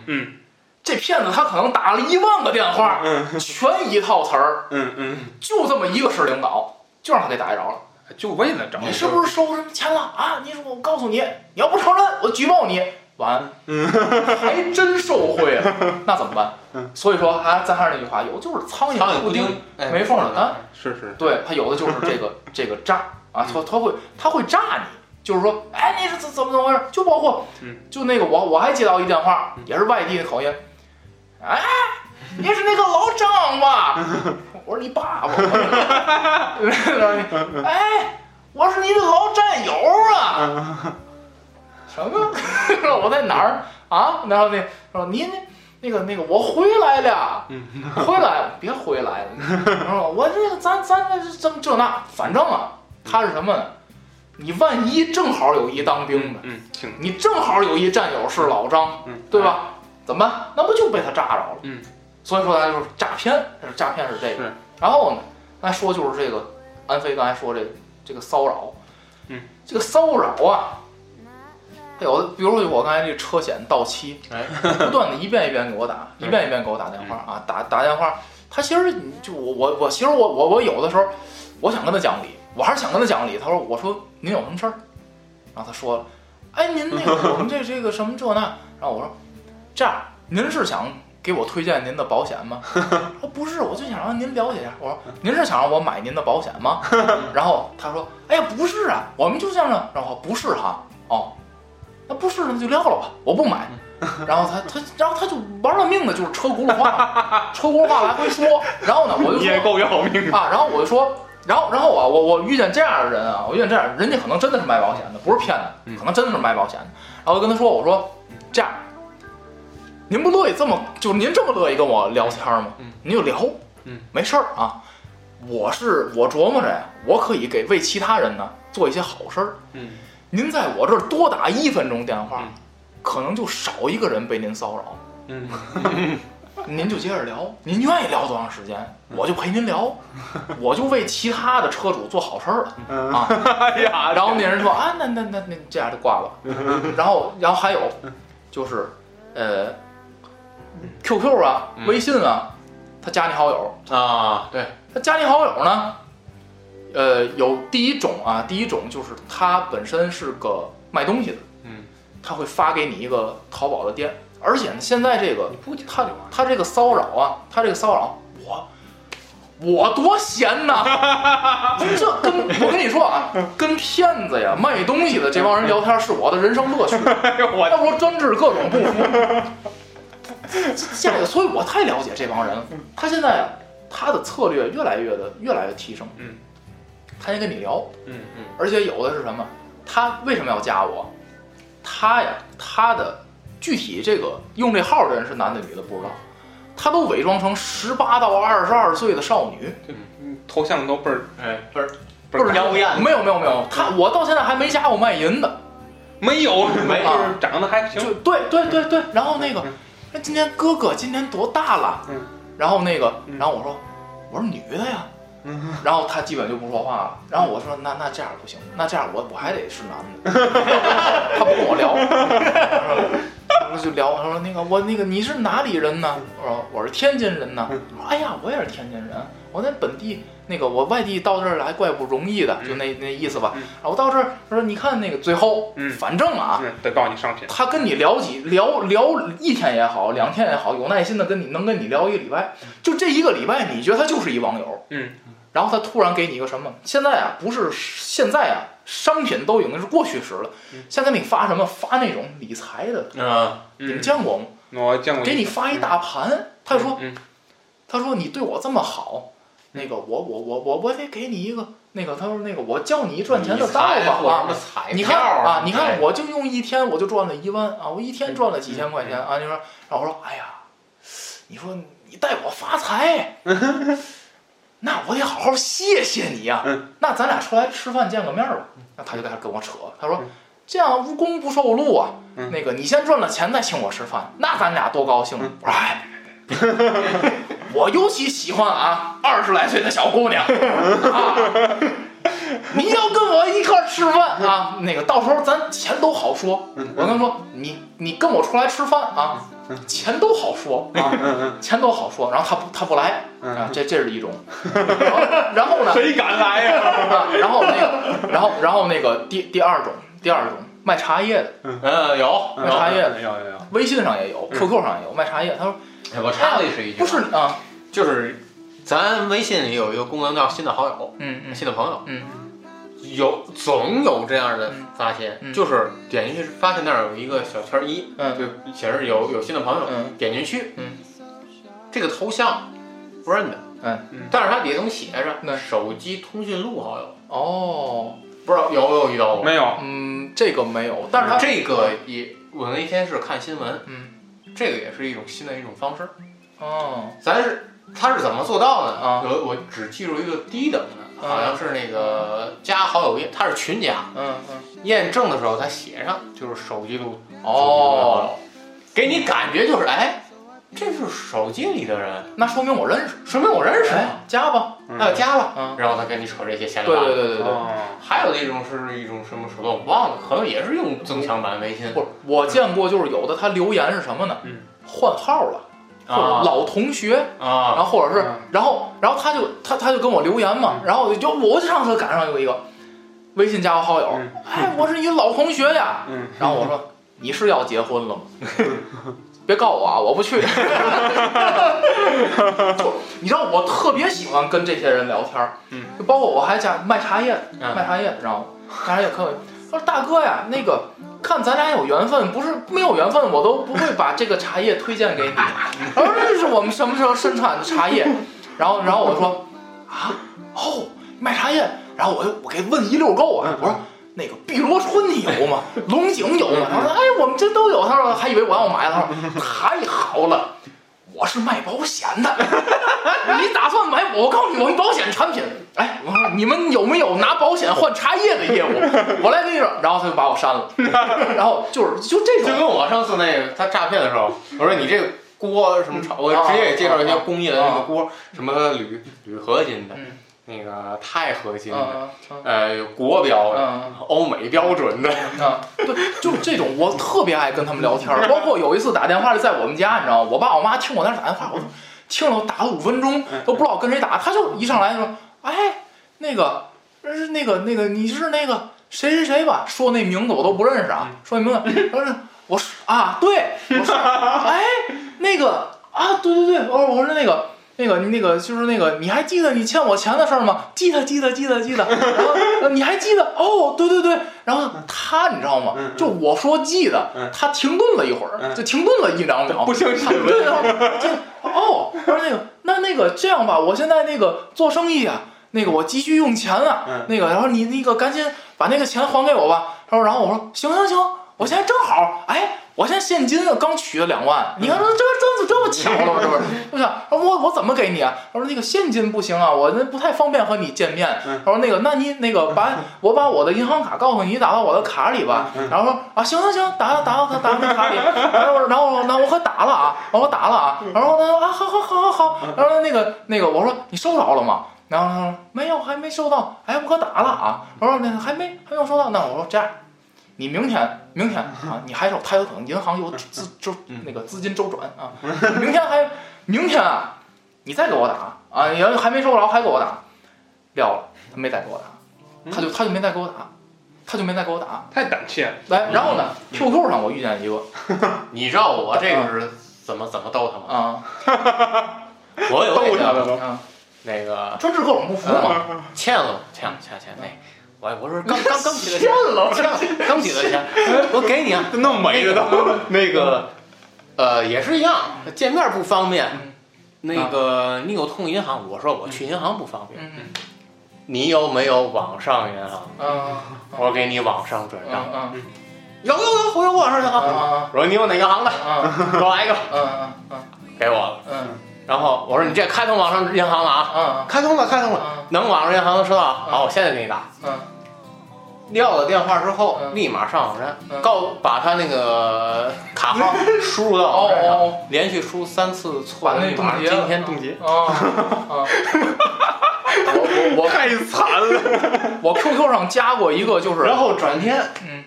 S2: 这骗子他可能打了一万个电话，
S3: 嗯
S2: 全一套词儿，
S3: 嗯嗯，
S2: 就这么一个是领导，就让他给逮着了。
S3: 就为了找
S2: 你是不是收什么钱了啊？你说我告诉你，你要不承认，我举报你。完，还真受贿了，那怎么办？所以说啊，咱还是那句话，有的就是苍
S1: 苍
S2: 蝇
S1: 蝇不
S2: 叮
S1: 叮哎
S2: 没缝儿的啊。
S3: 是是，
S2: 对他有的就是这个这个诈啊，他他会他会诈你，就是说，哎，你是怎怎么怎么回事？就包括
S3: 嗯，
S2: 就那个我我还接到一电话，也是外地的口音，哎，你是那个老张吧？我说你爸爸， *laughs* 哎，我是你的老战友啊， *laughs* 什么？我在哪儿啊？然后那说您。那个那个，我回来了，
S3: 嗯
S2: 回来了，别回来 *laughs* 了，然后我这咱咱这这这那，反正啊，他是什么呢？你万一正好有一当兵的，
S3: 嗯，挺
S2: 你正好有一战友是老张，
S3: 嗯
S2: 对吧？怎么办？那不就被他炸着了？
S3: 嗯，
S2: 所以说他就是诈骗，诈骗是这个
S3: 是。
S2: 然后呢，咱说就是这个安飞刚才说这个这个骚扰，
S3: 嗯，
S2: 这个骚扰啊，他有的，比如说我刚才这车险到期，
S1: 哎，
S2: 不断的一遍一遍给我打，一
S3: *laughs* 嗯
S2: 遍一遍给我打电话啊，打打电话。他其实你就我我我其实我我我有的时候我想跟他讲理，我还是想跟他讲理。他说我说您有什么事儿？然后他说了，哎您那个我们这这个什么这那，然后我说这样您是想给我推荐您的保险吗？他说不是，我就想让您了解一下。我说您是想让我买您的保险吗？然后他说哎呀不是啊，我们就想让，然后不是哈哦，那不是那就撂了吧，我不买。然后他他然后他就玩了命的就是车轱辘话，车轱辘话来回说。然后呢我就
S3: 你也
S2: 说
S3: 够要命
S2: *laughs*
S3: 的。
S2: 啊，然后我就说，然后然后啊，我我遇见这样的人啊，我遇见这样的人，人家可能真的是卖保险的，不是骗的，
S3: 嗯
S2: 可能真的是卖保险的。然后我就跟他说，我说这样，您不乐意这么就是您这么乐意跟我聊天吗？
S3: 嗯
S2: 您就聊，
S3: 嗯，
S2: 没事儿啊。我是我琢磨着呀，我可以给为其他人呢做一些好事儿。
S3: 嗯，
S2: 您在我这儿多打一分钟电话，
S3: 嗯
S2: 可能就少一个人被您骚扰。
S3: 嗯，
S2: *laughs* 您就接着聊，您愿意聊多长时间，
S3: 嗯
S2: 我就陪您聊，我就为其他的车主做好事儿了。啊
S3: 哎呀，
S2: *laughs*
S3: 嗯
S2: 然后那人说啊，那那那那这样就挂了。然后然后还有就是呃，QQ 啊，
S1: 嗯
S2: 微信啊，他加你好友，
S1: 啊，对，
S2: 他加你好友呢，呃，有第一种啊，第一种就是他本身是个卖东西的，
S3: 嗯，
S2: 他会发给你一个淘宝的店，而且呢，现在这个
S3: 你不讲
S2: 他
S3: 究啊
S2: 他这个骚扰啊，他这个骚扰我。我多闲
S3: *laughs*
S2: 呐！这跟我跟你说啊，跟骗子呀、卖东西的这帮人聊天是我的人生乐趣。
S3: *laughs* 哎呦我
S2: 要说专治各种不服。
S3: *laughs*
S2: 下一个，所以我太了解这帮人了。他现在啊，他的策略越来越的越来越提升。
S3: 嗯，
S2: 他先跟你聊，
S3: 嗯
S1: 嗯，
S2: 而且有的是什么？他为什么要加我？他呀，他的具体这个用这号的人是男的女的不知道，他都伪装成十八到二十二岁的少女。
S3: 这嗯头像都倍儿
S1: 哎，
S3: 倍儿
S1: 是妖艳
S2: 没有没有没有，他我到现在还没加过卖淫的。
S3: 没有，
S1: 没
S2: 有
S3: 就是长得还行，
S2: 就对对对对，然后那个
S3: 嗯，
S2: 那今年哥哥今年多大了？
S3: 嗯，
S2: 然后那个，
S3: 嗯
S2: 然后我说我说女的呀，
S3: 嗯
S2: 然后他基本就不说话了。然后我说那那这样不行，那这样我我还得是男
S3: *laughs*
S2: 的，他不跟我聊，然后就聊，他说那个我那个你是哪里人呢？我说我是天津人呢。
S3: 嗯
S2: 我说哎呀，我也是天津人，我在本地那个我外地到这儿来怪不容易的，就那那意思吧。
S3: 嗯
S2: 然后我到这儿，他说你看那个最后，
S3: 嗯
S2: 反正啊，
S3: 嗯得告诉你商品，
S2: 他跟你聊几聊聊一天也好，两天也好，有耐心的跟你能跟你聊一个礼拜，就这一个礼拜，你觉得他就是一网友，
S3: 嗯，
S2: 然后他突然给你一个什么？现在啊，不是现在啊，商品都已经是过去时了
S3: 嗯，
S2: 现在给你发什么？发那种理财的，
S1: 嗯，
S2: 你们
S3: 嗯，
S2: 见过吗？
S3: 我见过，
S2: 给你发一大盘，他说
S3: 嗯，
S2: 他说你对我这么好，那个我我我我我得给你一个那个，他说那个我教你赚钱的
S1: 理
S2: 道
S1: 财
S2: 法
S1: 或者
S2: 啊
S1: 什，么彩
S2: 你
S1: 票
S2: 看啊，你
S1: 哎
S2: 看，我就用一天我就赚了一万啊，我一天赚了几千块
S1: 嗯
S2: 钱啊。你说，然后我说，哎呀，你说你带我发
S1: *laughs*
S2: 财，那我得好好谢谢你呀、
S1: 嗯
S2: 那咱俩出来吃饭见个面吧。那他就在那跟我扯，他说
S3: 嗯
S2: 这样无功不受禄啊。
S3: 嗯
S2: 那个你先赚了钱再请我吃饭，那咱俩多高兴
S1: 嗯
S2: 啊！我说哎。我尤其喜欢啊，二十来岁的小姑娘，啊，你要跟我一块儿吃饭啊，那个到时候咱钱都好说。我跟他说，你你跟我出来吃饭啊，钱都好说啊，钱都好说。然后他不他不来啊，这这是一种。然后
S3: *laughs*
S2: 呢，
S3: 谁敢来呀？ *laughs*
S2: 啊，然后那个，然后然后那个第第二种第二种卖茶叶的，
S1: 嗯，有
S2: 卖茶
S1: 有，
S2: 叶的，
S3: 有有有，
S2: 微信上也有，QQ 上也有卖茶叶。他说
S1: 哎我插了一句，
S2: 不是，啊，
S1: 就是咱微信里有一个功能叫新的好友、
S2: 嗯嗯
S1: 新的朋友，
S2: 嗯，
S1: 有总有这样的
S2: 嗯
S1: 发现，
S2: 嗯
S1: 就是点进去发现那儿有一个小圈儿一，
S2: 嗯
S1: 就显示有有新的朋友，
S2: 嗯
S1: 点进去，
S2: 嗯，
S1: 这个头像不认得，
S2: 嗯
S3: 嗯
S1: 但是它底下总写
S2: 对
S1: 着手机通讯录好友，
S2: 哦，
S1: 不知道有有遇到过吗？
S3: 没有，
S2: 嗯，这个没有，但是他
S1: 这个也我那天是看新闻，
S2: 嗯，
S1: 这个也是一种新的一种方式。
S2: 哦，
S1: 咱是他是怎么做到的呢？
S2: 啊
S1: 我我只记住一个低等的，
S2: 啊
S1: 好像是那个加好友验，他是群加，
S2: 嗯嗯，
S1: 验证的时候他写上就是手机录，
S2: 哦，
S1: 给你感觉就是哎，这是手机里的人，
S2: 那说明我认识，
S1: 说明我认识
S2: 哎
S1: 啊，加吧，
S3: 嗯
S1: 那就加吧，
S2: 嗯
S1: 然后他跟你扯这些闲
S2: 对
S1: 聊。
S2: 对对对对，
S3: 哦，
S1: 还有的一种是一种什么手段我忘了，可能也是用增强版微信
S2: 不是，我见过，就是有的他留言是什么呢？
S3: 嗯
S2: 换号了，或者
S1: 啊
S2: 老同学，然
S1: 啊
S2: 后或者是
S3: 嗯，
S2: 然后然后他就他他就跟我留言嘛，然后就我就上次赶上有一个微信加我好友
S3: 嗯，
S2: 哎，我是你老同学呀，
S3: 嗯，
S2: 然后我说你是要结婚了吗？别告我啊，我不去。 *laughs* 就你知道我特别喜欢跟这些人聊天儿，
S3: 嗯，
S2: 就包括我还加卖茶叶的，卖
S1: 嗯
S2: 茶叶的，知道吗？卖茶叶可以。他说大哥呀，那个看咱俩有缘分，不是没有缘分我都不会把这个茶叶推荐给你。 *laughs* 我说这是我们什么时候生产的茶叶？然后然后我说啊哦卖茶叶，然后我就我给问一溜够啊，我说。那个碧螺春你有吗？龙井有吗？他说：“哎，我们这都有。”他说：“还以为我要买。”他说：“太好了，我是卖保险的， *laughs* 你打算买我？我告诉你，我们保险产品。哎，我说你们有没有拿保险换茶叶的业务？我来跟你说。”然后他就把我删了。然后就是就这
S1: 就
S2: 种
S1: 跟我上次那个他诈骗的时候，我说你这个锅什么炒，我直接也介绍一些工业的那个锅，什么铝铝合金的
S2: 嗯，
S1: 那个钛合金的，
S2: 嗯嗯
S1: 呃，国标的，
S2: 嗯
S1: 欧美标准的，
S2: 嗯啊，对，就这种我特别爱跟他们聊天儿。包括有一次打电话是在我们家，你知道吗？我爸我妈听我在那儿打电话，我听了打了五分钟
S3: 嗯
S2: 都不知道跟谁打，他就一上来就说：“哎，那个，呃那个，那个，你是那个谁谁谁吧？”说那名字我都不认识啊，说那名字，然后是我说啊，对，我说哎，那个啊，对对对，我说我说那个。那个那个就是那个，你还记得你欠我钱的事儿吗？记得记得记得记得。然后呃你还记得哦，对对对。然后他你知道吗
S3: 嗯嗯？
S2: 就我说记得
S3: 嗯，
S2: 他停顿了一会儿，
S3: 嗯
S2: 就停顿了一两秒，
S3: 不相信
S2: 对啊，这哦，他说那个，那那个这样吧，我现在那个做生意啊，那个我急需用钱啊，
S3: 嗯
S2: 那个，然后你那个赶紧把那个钱还给我吧。他说，然后我说行行行，我现在正好，哎，我现在现金啊刚取了两万，你看这这这这么巧了吗？这不是，我想，他说我我怎么给你啊？他说那个现金不行啊，我那不太方便和你见面。
S3: 嗯
S2: 他说那个，那你那个把 *laughs* 我把我的银行卡告诉你，打到我的卡里吧。然后说啊，行行行，打打到他打到他卡里。然后然后那我可打了啊，然后我打了啊。然后他说啊，好好好好好。然后那个那个我说你收着了吗？然后他说没有，还没收到。哎，我可打了啊。我说那个还没还没有收到。那我说这样。你明天，明天啊，你还有，他有可能银行有资周那个资金周转啊，明天还明天啊，你再给我打啊，你要还没收着还给我打，撂了，他没再给我打，他就他就没再给我打，他就没再给我打。
S3: 太胆怯了，
S2: 来，然后呢，QQ 上我遇见一个
S1: 你知道我这个是怎么怎么逗他吗？
S2: 啊
S1: 我有
S3: 逗
S1: 那
S3: 他了
S1: 个
S3: 都。
S2: 啊，
S1: 那个
S2: 专治各种不服嘛，
S1: 欠了，欠了，欠欠那，我我说刚刚刚起的钱，嗯欠了，刚起的钱，我给你啊， *laughs*
S3: 那么美的都，
S1: 那个，呃，也是一样，见面不方便。
S2: 嗯
S1: 那个，你有通银行，我说我去银行不方便。
S2: 嗯
S1: 你有没有网上银行？
S2: 嗯
S1: 我给你网上转
S2: 嗯
S1: 账。
S2: 嗯
S1: 有有有，我有网上银行。
S2: 啊
S1: 我说你有哪个行的？
S2: 啊
S1: 给我来一个，
S2: 嗯嗯
S1: 给我了。
S2: 嗯
S1: 然后我说你这开通网上银行了啊？
S2: 嗯
S1: 开通了，开通了，
S2: 嗯
S1: 能网上银行能收到啊。
S2: 嗯
S1: 好，我现在给你打。
S2: 嗯
S1: 撂了电话之后，
S2: 嗯
S1: 立马上网站
S2: 嗯
S1: 告把他那个卡
S2: *laughs*
S1: 号输入到网
S2: 哦
S1: 站
S2: 哦
S1: 上，连续输三次错，
S2: 把那
S1: 立马
S2: 冻结了
S1: 今天冻结。
S2: 啊 *laughs* 啊！哦我
S1: *laughs*
S2: 我
S3: 太惨了。
S2: 我我 QQ 上加过一个，就是
S1: 然后转天，
S2: 嗯，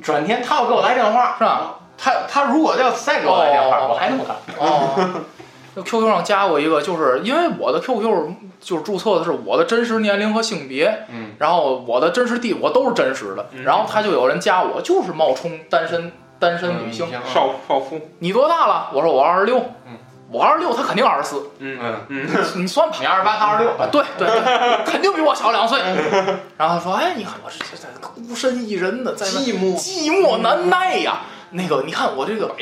S1: 转天他要给我来电话，
S2: 是吧？
S1: 他他如果要再给我来电话，
S2: 哦
S1: 我还弄他。
S2: *laughs* 哦，就 QQ 上加过一个，就是因为我的 QQ 就是注册的是我的真实年龄和性别，
S1: 嗯，
S2: 然后我的真实地我都是真实的，
S3: 嗯
S2: 然后他就有人加我，就是冒充单
S1: 嗯
S2: 身单身女性，
S3: 少少妇，
S2: 你多大了？我说我二十六，我二十六，他肯定二十四，
S3: 嗯
S1: 嗯
S3: 嗯，
S2: 你算吧。
S1: *laughs* 你二十八，他二十六，
S2: 啊，对对对，肯定比我小两岁。然后他说：“哎，你看我这这这孤身一人的，在那
S1: 寂寞
S2: 寂寞难耐呀。那个，你看我这个啊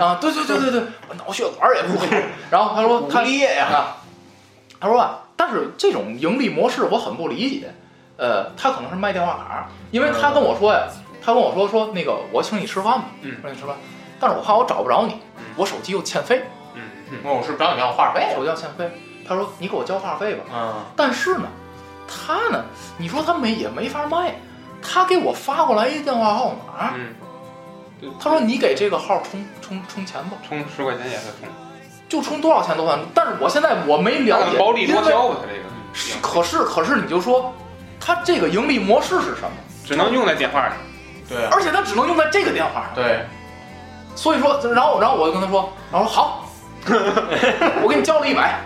S2: 啊，对对对对对，我 *laughs* 脑血管也不好。然后他说他
S1: 裂呀。
S2: 啊，他说啊，但是这种盈利模式我很不理解。呃，他可能是卖电话卡，因为他跟我说呀，他跟我说说那个我请你吃饭吧，
S3: 嗯
S2: 说你吃饭。但是我怕我找不着你
S3: 嗯，
S2: 我手机又欠费，
S3: 嗯嗯
S1: 我是找你要话费
S2: 手机要欠费。啊他说你给我交话费吧，
S1: 嗯，
S2: 但是呢，他呢，你说他没也没法卖，他给我发过来一电话号码，
S3: 嗯，
S2: 他说你给这个号充充充钱吧，
S3: 充十块钱也是充，
S2: 就充多少钱都算。但是我现在我没了解，
S3: 薄利多
S2: 因为
S3: 销吧，他这个
S2: 是可是可是你就说，他这个盈利模式是什么？
S3: 只能用在电话上。
S1: 对
S2: 而且他只能用在这个电话上。
S1: 对，
S2: 所以说，然后然后我就跟他说，然后说
S1: *laughs*
S2: 好，我给你交了一百，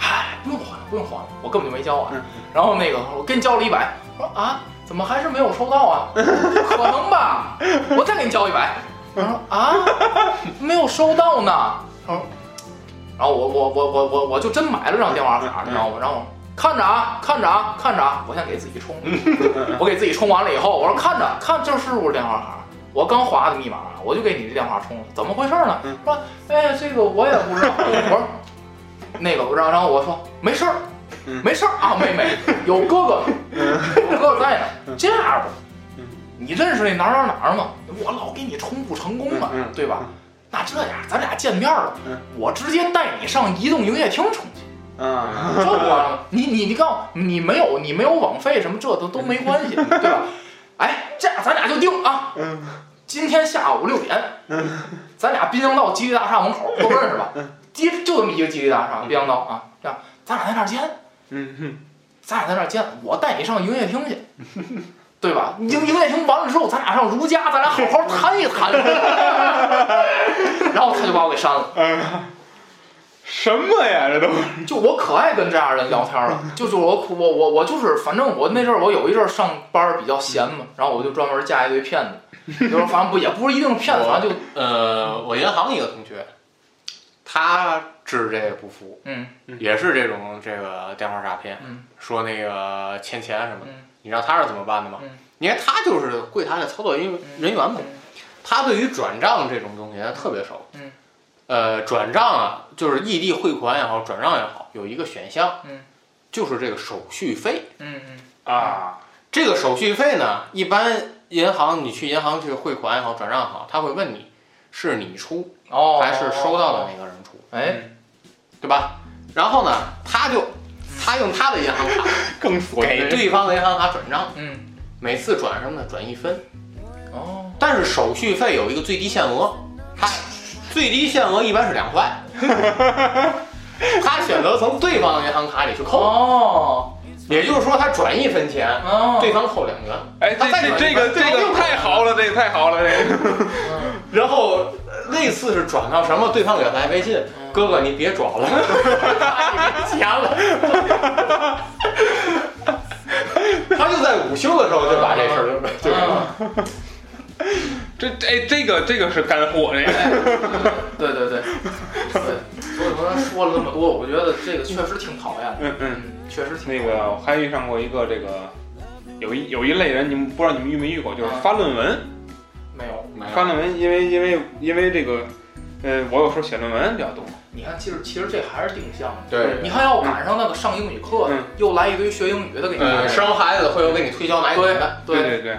S2: 哎，不用还了，不用还了，我根本就没交完。
S3: 嗯
S2: 然后那个我给你交了一百，我说啊，怎么还是没有收到
S1: *laughs*
S2: 啊？可能吧，我再给你交一百。我说啊，没有收到呢。他说，然后我我我我我我就真买了张电话卡，你知道吗？然后我看着啊，看着啊，看着啊，我先给自己
S3: *laughs*
S2: 充，我给自己充完了以后，我说看着看这是我电话卡。我刚划的密码，我就给你这电话充了，怎么回事呢？
S3: 嗯
S2: 说，哎，这个我也不知道。我说，那个，然后然后我说没事儿，
S3: 嗯
S2: 没事儿啊，妹
S3: *laughs*
S2: 妹，有哥哥，有哥哥在呢。这样吧
S3: 嗯，
S2: 你认识那哪儿哪儿哪儿吗？我老给你充不成功了啊
S3: 嗯嗯，
S2: 对吧
S3: 嗯？
S2: 那这样，咱俩见面了
S3: 嗯，
S2: 我直接带你上移动营业厅充去，
S3: 嗯，
S2: 这不完了吗？你你你告诉我你没有你没有网费什么，这都都没关系，对吧？哎，这样咱俩就定啊，今天下午六点，咱俩滨江道吉利大厦门口都认识吧？吉就这么一个吉利大厦，滨江道啊，这样咱俩在那儿见，
S3: 嗯嗯
S2: 咱俩在那儿见，我带你上营业厅去，对吧？营营业厅完了之后，咱俩上如家，咱俩好好谈一谈。 *laughs* 然后他就把我给删了，
S3: 嗯，什么呀？这都
S2: 就我可爱跟这样的人聊天了，
S1: 嗯
S2: 就就我我我我就是，反正我那阵儿我有一阵儿上班儿比较闲嘛，然后我就专门架一堆骗子，就是反正不也不是一定是骗子，反正就
S1: 呃，我银行一个同学，他治这个不服，
S2: 嗯
S1: 也是这种这个电话诈骗，
S2: 嗯
S1: 说那个欠钱什么的，
S2: 嗯
S1: 你知道他是怎么办的吗？
S2: 嗯
S1: 你看他就是柜台的操作人
S2: 嗯
S1: 人员嘛，他对于转账这种东西他特别熟。
S2: 嗯，
S1: 呃，转账啊，就是异地汇款也好，转账也好，有一个选项，
S2: 嗯，
S1: 就是这个手续费。
S2: 嗯嗯。
S3: 啊，
S1: 这个手续费呢，一般银行你去银行去汇款也好，转账也好，他会问你是你出
S2: 哦，
S1: 还是收到的那个人出，
S2: 哎，
S1: 对吧？然后呢，他就他用他的银行卡
S3: 更锁
S1: 嗯给对方的银行卡转账，
S2: 嗯，
S1: 每次转什么呢？转一分。
S2: 哦，
S1: 但是手续费有一个最低限额，他最低限额一般是两块，他选择从对方的银行卡里去扣，
S2: 哦，
S1: 也就是说他转一分钱，
S2: 哦，
S1: 对方扣两元，
S3: 哎，这
S1: 他再
S3: 这
S1: 转
S3: 这个
S1: 一分
S3: 这个太好了，这个太好了，这个。
S1: 然后呃那次是转到什么？对方给他来微信，哥哥你别转了，没钱了。他就在午休的时候就把这事儿就就
S2: 嗯，
S3: 这哎，这个这个是干货，这个
S2: 对对对，
S1: *laughs*
S2: 对，所以说他说了那么多，我觉得这个确实挺讨厌的，
S3: 嗯嗯，
S2: 嗯，确实挺
S3: 那
S2: 讨厌的
S3: 个我还遇上过一个这个，有一有一类人，你们不知道你们遇没遇过，就是
S2: 啊
S3: 发论文，
S2: 没有，
S3: 发论文，因为因为因为这个，呃，我有时候写论文比较多，
S2: 你看，其实其实这还是定向的。
S1: 对
S2: 你看要赶上那个上英语课
S3: 嗯，
S2: 又来一堆学英语的给你
S1: 呃，
S2: 来，
S1: 生孩子会有给你推销奶粉
S2: 对
S1: 的，
S3: 对
S2: 对，
S3: 对对，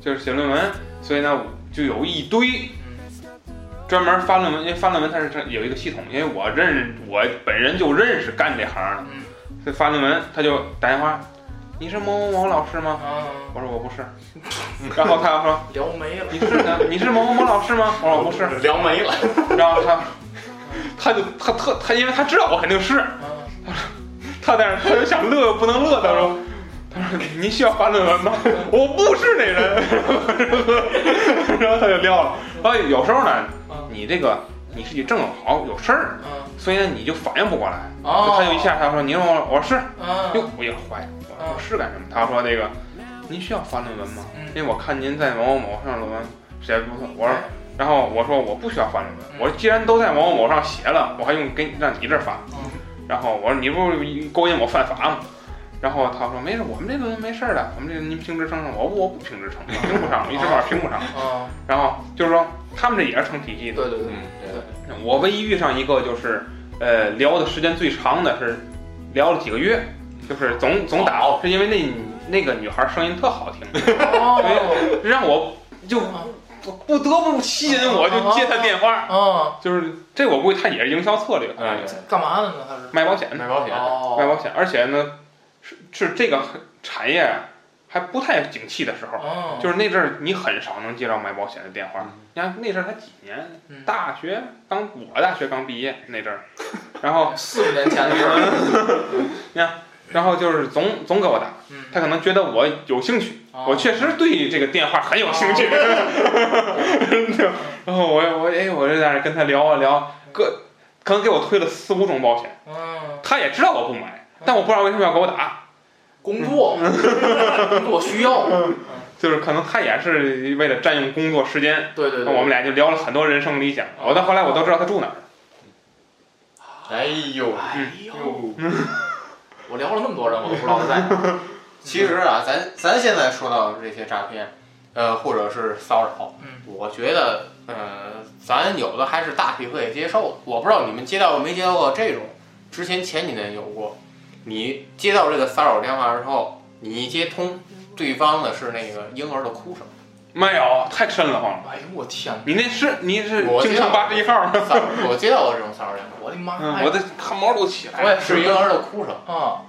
S3: 就是写论文，所以呢，我就有一堆嗯专门发论文，因为发论文它是它有一个系统，因为我认识我本人就认识干这行
S2: 嗯
S3: 的，所以发论文他就打电话，你是某某某老师吗？
S2: 啊，
S3: 我说我不是， *laughs* 然后他说
S2: 聊没了，
S3: 你是呢？你是某某某老师吗？我说我不是，
S1: 聊没了。
S3: 然后他他就他特他因为他知道我肯定是，
S2: 啊
S3: 他但是他就想乐又不能乐，他说。他说：“您需要发论文吗？ *laughs* 我不是那 *laughs* 人。”然后他就撂了。然后有时候呢，
S2: 啊
S3: 你这个你自己正好有事儿，所以呢你就反应不过来。
S2: 啊，
S3: 他就一下他说：“您我我是
S2: 啊，
S3: 哟，我也坏了，我说
S2: 嗯
S3: 我是干什么？”他说：“那个您需要发论文吗？
S2: 嗯
S3: 因为我看您在某某某上论文写的不错。”我说。然后我说我不需要发论文，
S2: 哎嗯
S3: 我说既然都在某某某上写了，我还用给你让你这儿发
S2: 嗯？
S3: 然后我说你不是勾引我犯法吗？然后他说没事，我们这论文没事儿的，我们这您评职称上，我我不评职称，我评不上，我一时半会儿评不上。
S2: 啊，
S3: 然后就是说他们这也是成体系的。
S2: 对对对，
S3: 我唯一遇上一个就是，呃，聊的时间最长的是聊了几个月，就是总总打，
S2: 哦
S3: 是 *laughs* 因为那那个女孩声音特好听，
S2: 哦，
S3: 让我就不不得不吸引我，就接他电话。
S2: 嗯，
S3: 啊就是这，我估计他也是营销策略，啊
S1: 嗯
S2: 干嘛的呢？他是
S3: 卖保险的，
S1: 卖保险，
S2: 哦，
S3: 哎卖保险。而且呢，是是这个产业啊还不太景气的时候，
S2: 哦，
S3: 就是那阵儿你很少能接到卖保险的电话。你看那阵儿才几年，
S2: 嗯
S3: 大学刚我大学刚毕业那阵儿，然后
S2: 嗯四十年前的事
S3: *laughs*
S2: 儿。
S3: 然后就是总总给我打，
S2: 嗯，啊
S3: 他可能觉得我有兴趣，我确实对这个电话很有兴趣。 *laughs* 然后我我哎，我就在那跟他聊啊聊，各可能给我推了四五种保险，
S2: 嗯，
S3: 他也知道我不买，但我不知道为什么要给我打，
S2: 工作，
S3: 嗯
S2: 工作需要。
S3: 就是可能他也是为了占用工作时间。
S2: 对对
S3: 那我
S2: 对，
S3: 们俩就聊了很多人生理想，我到后来我都知道他住哪儿了。
S1: 哎呦，
S2: 哎
S3: 嗯
S2: 呦，我聊了那么多人，我都不知道他在哪儿。
S3: *laughs*
S1: 其实啊，咱咱现在说到这些诈骗，呃，或者是骚扰，
S2: 嗯
S1: 我觉得，嗯、咱有的还是大体会接受的。我不知道你们接到过没接到过这种，之前前几年有过，你接到这个骚扰电话之后，你一接通，对方的是那个婴儿的哭声。
S3: 没有，太瘆得慌了。
S2: 哎呦，我天，
S3: 你那是你是
S1: 我
S3: 京
S1: 知道
S3: 城八十一号吗？
S1: 骚我接到过这种骚扰电话，
S2: 我的妈哎
S3: 嗯，
S2: 呀！
S3: 我的汗毛都起来
S1: 哎我
S3: 了。
S1: 也是婴儿的哭声，
S2: 啊，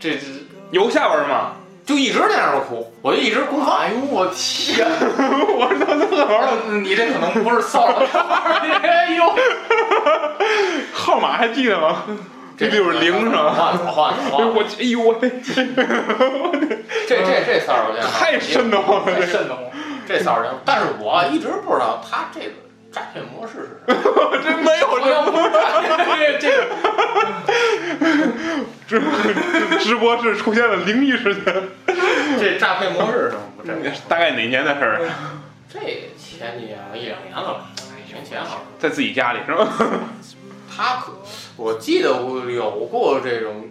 S1: 这这
S3: 有下文吗？
S1: 就一直在那儿哭，我就一直哭
S2: 哎呦，我天！
S3: 我说他乐呵了，
S2: 你这可能不是骚扰电话，你这哎呦，
S3: 号码还记得吗？
S1: 这
S3: 六是零是吧？
S1: 换了换了
S3: 哎
S1: 换
S3: 呦
S1: 了，
S3: *laughs* 我哎呦我这
S1: 这这这骚扰电话
S3: 太瘆得慌了，
S2: 太
S3: 这
S2: 瘆得慌。
S1: 这骚扰电话，但是我一直不知道他这个诈骗模式是什么。
S3: 我真没有
S2: 我要不知道这个，
S3: 直直播室出现了灵异事件，
S1: 这诈骗模式是什么？这
S3: *laughs* 大概哪年的事儿？啊
S1: 这前几年了一两年了吧，一年前好像。
S3: 在自己家里是吧？
S1: 他可我记得我有过这种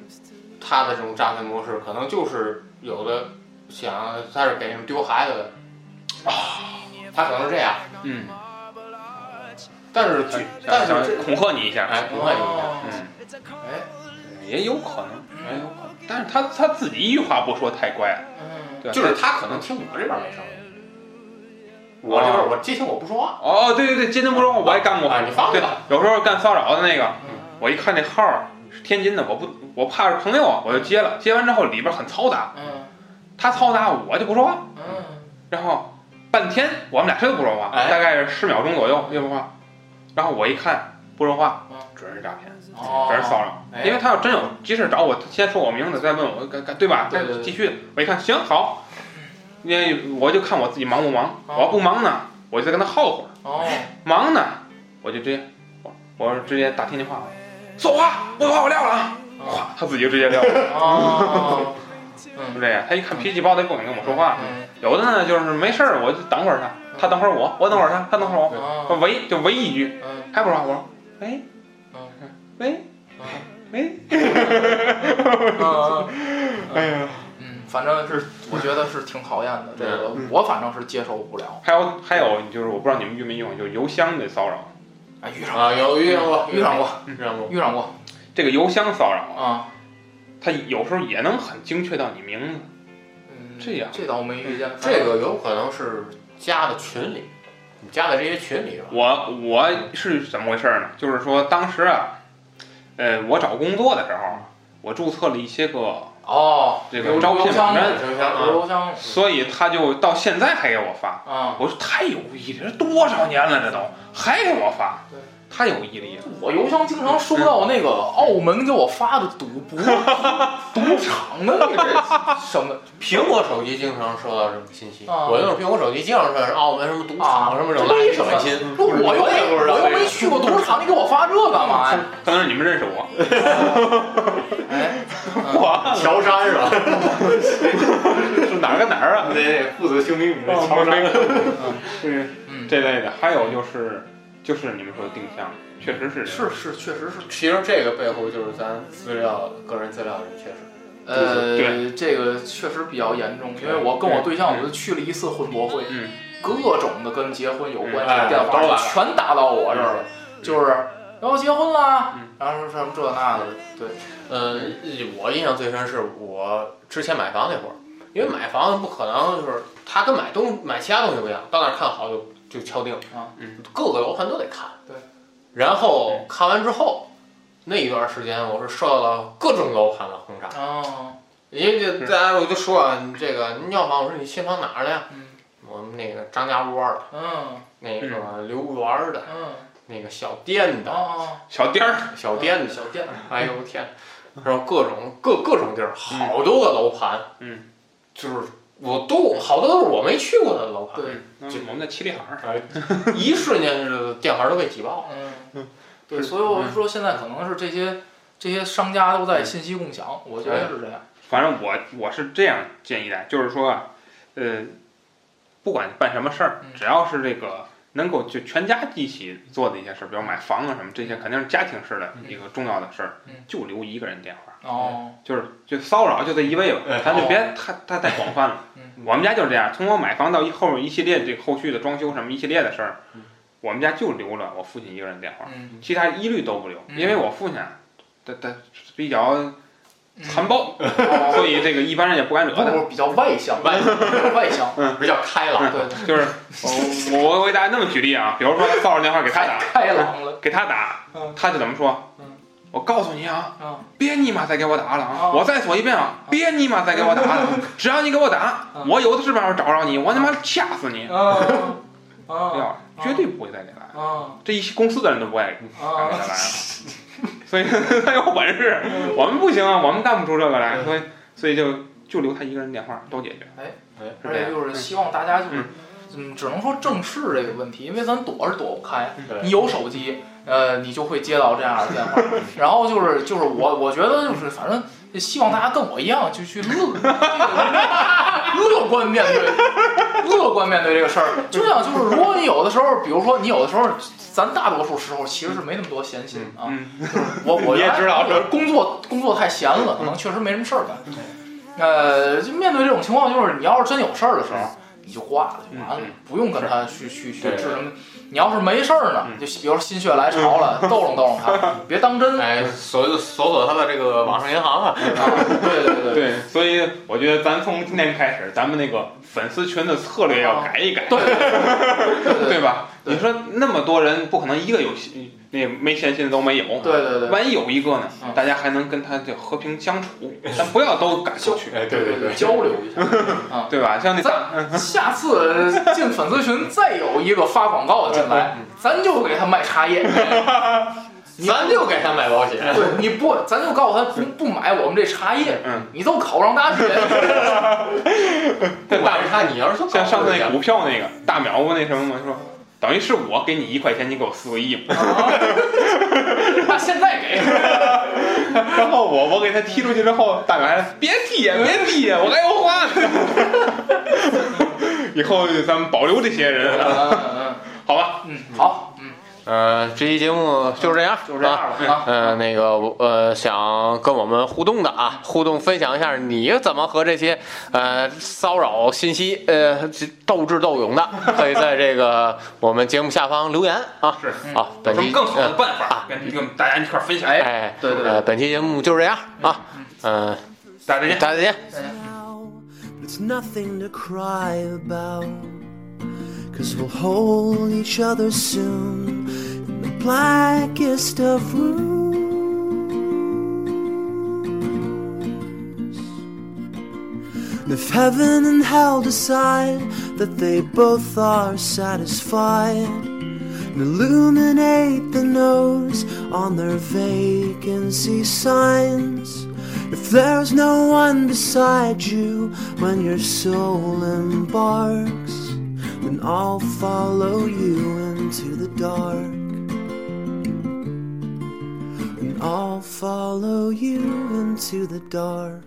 S1: 他的这种诈骗模式，可能就是有的想他是给人丢孩子的，他可能是这样。
S3: 嗯，
S1: 但是据但
S3: 想
S1: 是这
S3: 恐吓你一下，
S1: 哎，不会有的。
S3: 嗯，
S2: 哎，
S3: 也有可能，也有可能，但是他他自己一句话不说太乖了，
S2: 嗯，
S3: 对吧
S1: 就是他可能听我这边没声音，我这边我接听我不说话，
S3: 哦，对对哎对，接听不说话我也干过
S1: 啊，你放
S3: 对
S1: 吧。，
S3: 有时候干骚扰的那个
S2: 嗯，
S3: 我一看这号儿是天津的，我不我怕是朋友啊，我就接了。接完之后里边很嘈杂，
S2: 嗯
S3: 他嘈杂我就不说话，
S2: 嗯，
S3: 然后半天我们俩谁都不说话，
S1: 哎
S3: 大概是十秒钟左右，对不话。然后我一看不说话
S2: 嗯，
S3: 准是诈骗，
S2: 哦，
S3: 准是骚扰。
S2: 哎
S3: 因为他要真有急事找我，他先说我名字，再问我干干对吧？
S2: 对对
S3: 再
S2: 对
S3: 继续。我一看行好，因为我就看我自己忙不忙。
S2: 哦
S3: 我要不忙呢，我就再跟他耗会儿。
S2: 哦，
S3: 忙呢，我就直接，我我直接打听电话，说话，我把我撂了啊，
S2: 哦，
S3: 咵，他自己就直接撂了，
S2: 哦，
S3: 是
S2: 嗯
S3: 这样。他一看脾气暴，他也不敢跟我说话。
S2: 嗯，
S3: 有的呢，就是没事儿，我就等会儿他，他等会儿我，我等会儿他，他等会儿我，
S2: 哦，
S3: 围就围一句，
S2: 嗯
S3: 还不说话，我说，喂
S2: 嗯，
S3: 喂喂，
S1: 啊 *laughs*
S2: 嗯
S3: 哎呀，
S2: 嗯，反正是我觉得是挺考验的，这个我反正是接受不了。
S3: 还有还有就是我不知道你们用没用，就是邮箱的骚扰，
S2: 啊，遇上
S1: 啊，有遇上过，
S2: 遇上过，
S1: 遇上过。
S2: 遇上过
S3: 这个邮箱骚扰，
S2: 啊，
S3: 它有时候也能很精确到你名字，
S2: 嗯，
S3: 这样
S2: 这倒没遇见，
S1: 这个有可能是加的群里，你加的这些群里吧。
S3: 我我是怎么回事呢？就是说当时啊，呃，我找工作的时候，我注册了一些个，
S2: 哦，
S3: 这个
S2: 留
S3: 招聘
S2: 邮箱
S3: 网站
S2: 留邮箱，留邮箱
S3: 所以他就到现在还给我发。
S2: 啊，
S3: 我说太有毅力，这多少年了，这都还给我发
S2: 对，
S3: 太有毅力了。
S2: 我邮箱经常收到那个澳门给我发的赌博赌场的那个什么
S1: 苹果手机经常收到这种信息，
S2: 啊
S1: 我用苹果手机经常收到澳门什么赌场
S2: 啊
S1: 哦什么这种垃
S2: 为
S1: 圾
S2: 什么
S1: 短信，
S2: 不，我又没
S1: 不知道
S2: 我又没去过赌场，你给我发这干嘛呀？
S3: 当然你们认识我，
S2: 哎，
S3: 我
S1: 乔杉 *laughs* 是吧？
S3: 是哪儿跟哪儿啊？
S1: 那父子兄弟五
S3: *laughs* 乔杉，
S2: 嗯，
S3: 这类的，还有就是就是你们说的定向，确实是这样
S2: 是是，确实是。
S1: 其实这个背后就是咱资料、个人资料的缺失。
S2: 呃
S3: 对，
S2: 这个确实比较严重，因为我跟我对象，我就去了一次婚博会，
S3: 嗯
S2: 各种的跟结婚有关系
S1: 嗯
S2: 的
S1: 哎
S2: 电话
S1: 都来了
S2: 全打到我这儿了，就是要结婚啦
S3: 嗯，
S2: 然后什么这那的，对，
S1: 呃，我印象最深是我之前买房那会儿，因为买房不可能就是他跟买东买其他东西不一样，到那儿看好就就敲定
S2: 啊，
S3: 嗯，
S1: 各个楼盘都得看，
S2: 对，
S1: 然后看完之后，那一段时间我是受到了各种楼盘的轰炸，
S2: 哦，
S1: 因为
S3: 嗯
S1: 这大家我就说啊，你这个你要房，我说你新房哪儿的呀？
S2: 嗯
S1: 我们那个张家窝的，
S2: 嗯
S1: 那个刘园的，
S2: 嗯，
S1: 那个小店的，
S2: 哦，
S3: 小颠儿，
S1: 小店的，
S2: 嗯小店，
S1: 哎呦我天，然后各种各各种地儿，好多个楼盘，
S3: 嗯，
S1: 就是我都好多都是我没去过的楼盘，
S2: 对，
S3: 嗯我们的七里行儿，
S1: 一瞬间这电话都被挤爆了。
S2: 嗯，嗯对，所以我说现在可能是这些这些商家都在信息共享，我觉得是这样。
S3: 反正我我是这样建议的，就是说啊，呃，不管办什么事儿
S2: 嗯，
S3: 只要是这个能够就全家一起做的一些事儿，比如买房啊什么，这些肯定是家庭式的
S2: 嗯
S3: 一个重要的事儿
S2: 嗯，
S3: 就留一个人电话，
S2: 哦，
S3: 就是就骚扰就这一位吧
S1: 哎，
S3: 咱就别太太太广泛了
S2: 嗯。
S3: 我们家就是这样，从我买房到一后面一系列这个后续的装修什么一系列的事儿
S1: 嗯，
S3: 我们家就留了我父亲一个人电话，
S2: 嗯，
S3: 其他一律都不留，
S2: 嗯
S3: 因为我父亲啊，他他比较
S2: 嗯
S3: 残暴。所以这个一般人也不敢惹
S2: 不
S3: 他。
S2: 不比较外向，外 *laughs* 外向，
S3: 嗯
S1: 比较开
S2: *laughs*
S1: 朗，
S2: 对，
S3: 就是我我我给大家那么举例啊，比如说骚扰电话给他打，
S2: 开朗了，
S3: 给他打
S2: 嗯，
S3: 他就怎么说
S2: 嗯？
S3: 我告诉你啊，
S2: 嗯
S3: 别尼玛再给我打了啊！
S2: 哦
S3: 我再说一遍啊，别尼玛再给我打了！
S2: *laughs*
S3: 只要你给我打，
S2: 嗯
S3: 我有的是办法找着你，我他妈掐死你！
S2: 啊
S3: 哎
S2: 啊
S3: 呦，绝对不会再给来，
S2: 啊
S3: 这一公司的人都不爱敢给他
S2: 啊！
S3: 来
S2: *laughs*
S3: 了。所以 *laughs* 他有本事，
S2: 嗯
S3: 我们不行啊，我们干不出这个来，所以所以就就留他一个人电话都解决。
S2: 哎
S1: 哎
S3: 是
S2: 而
S3: 这
S2: 且
S3: 样，
S2: 就是希望大家就是，嗯，只能说正视这个问题，因为咱躲是躲不开，
S3: 嗯
S2: 你有手机，呃，你就会接到这样的
S3: *laughs*
S2: 电话。然后就是就是我，我觉得就是反正希望大家跟我一样，就去乐乐观面对，乐观面对这个事儿。就像就是，如果你有的时候，比如说你有的时候，咱大多数时候其实是没那么多闲心啊。
S3: 嗯，
S2: 我我
S3: *laughs* 你也
S2: 原来
S3: 知道
S2: 我工作工作太闲了，可能确实没什么事儿干。呃，就面对这种情况，就是你要是真有事儿的时候，你就挂了就完了
S3: 嗯嗯，
S2: 不用跟他去去去
S1: 对
S2: 治什么。你要是没事儿呢，就比如说心血来潮了，逗弄逗弄他，别当真。啊
S1: 哎，搜搜索他的这个网上银行啊，
S2: 对对对对
S3: 对，所以我觉得咱从今天开始，咱们那个粉丝群的策略要改一改，
S2: 对
S3: 对
S2: 对
S3: 吧？
S2: 对
S3: 你说那么多人，不可能一个有闲那没闲心的都没有，
S2: 对对对
S3: 万一有一个呢
S2: 嗯，
S3: 大家还能跟他就和平相处，咱不要都赶出去，
S1: 哎，
S2: 对对对，交流一下。
S3: 对吧？像那 *laughs* 大
S2: 下次进粉丝群再有一个发广告进来，咱就给他卖茶叶。
S1: 咱就给他买保险，
S2: 对，你不，咱就告诉他不不买我们这茶叶，
S3: 嗯，
S2: 你都考上大学，
S1: 不管是他，你要是说
S3: 像上次那
S1: 个，
S3: 股票那个大苗不那什么嘛，说等于是我给你一块钱，你给我四个亿嘛，
S2: 那现在给。
S3: *laughs* 然后我我给他踢出去之后，大表还别踢呀，别踢呀，我还要花 *laughs* 呢。以后咱们保留这些人啊，
S2: 嗯
S3: 好吧？
S2: 嗯嗯，好，嗯，
S1: 呃，这期节目就是这样，
S2: 就这样吧啊。
S1: 呃，那个我呃，想跟我们互动的啊，互动分享一下你怎么和这些呃骚扰信息呃斗智斗勇的，可以在这个我们节目下方留言啊。
S3: 是
S1: 好，本
S3: 有什
S1: 期
S3: 么更好的
S1: 嗯
S3: 办法跟跟大家一块儿分享？哎，
S1: 哎，
S2: 对对对
S1: 呃，本期节目就是这样啊，嗯，
S3: 大家再见。
S1: 大家再见。
S5: now, but it's nothing to cry about. Cause we'll hold each other soon in the blackest of rooms. And if heaven and hell decide that they both are satisfied and illuminate the nose on their vacancy signs. If there's no one beside you when your soul embarks, then I'll follow you into the dark. And I'll follow you into the dark.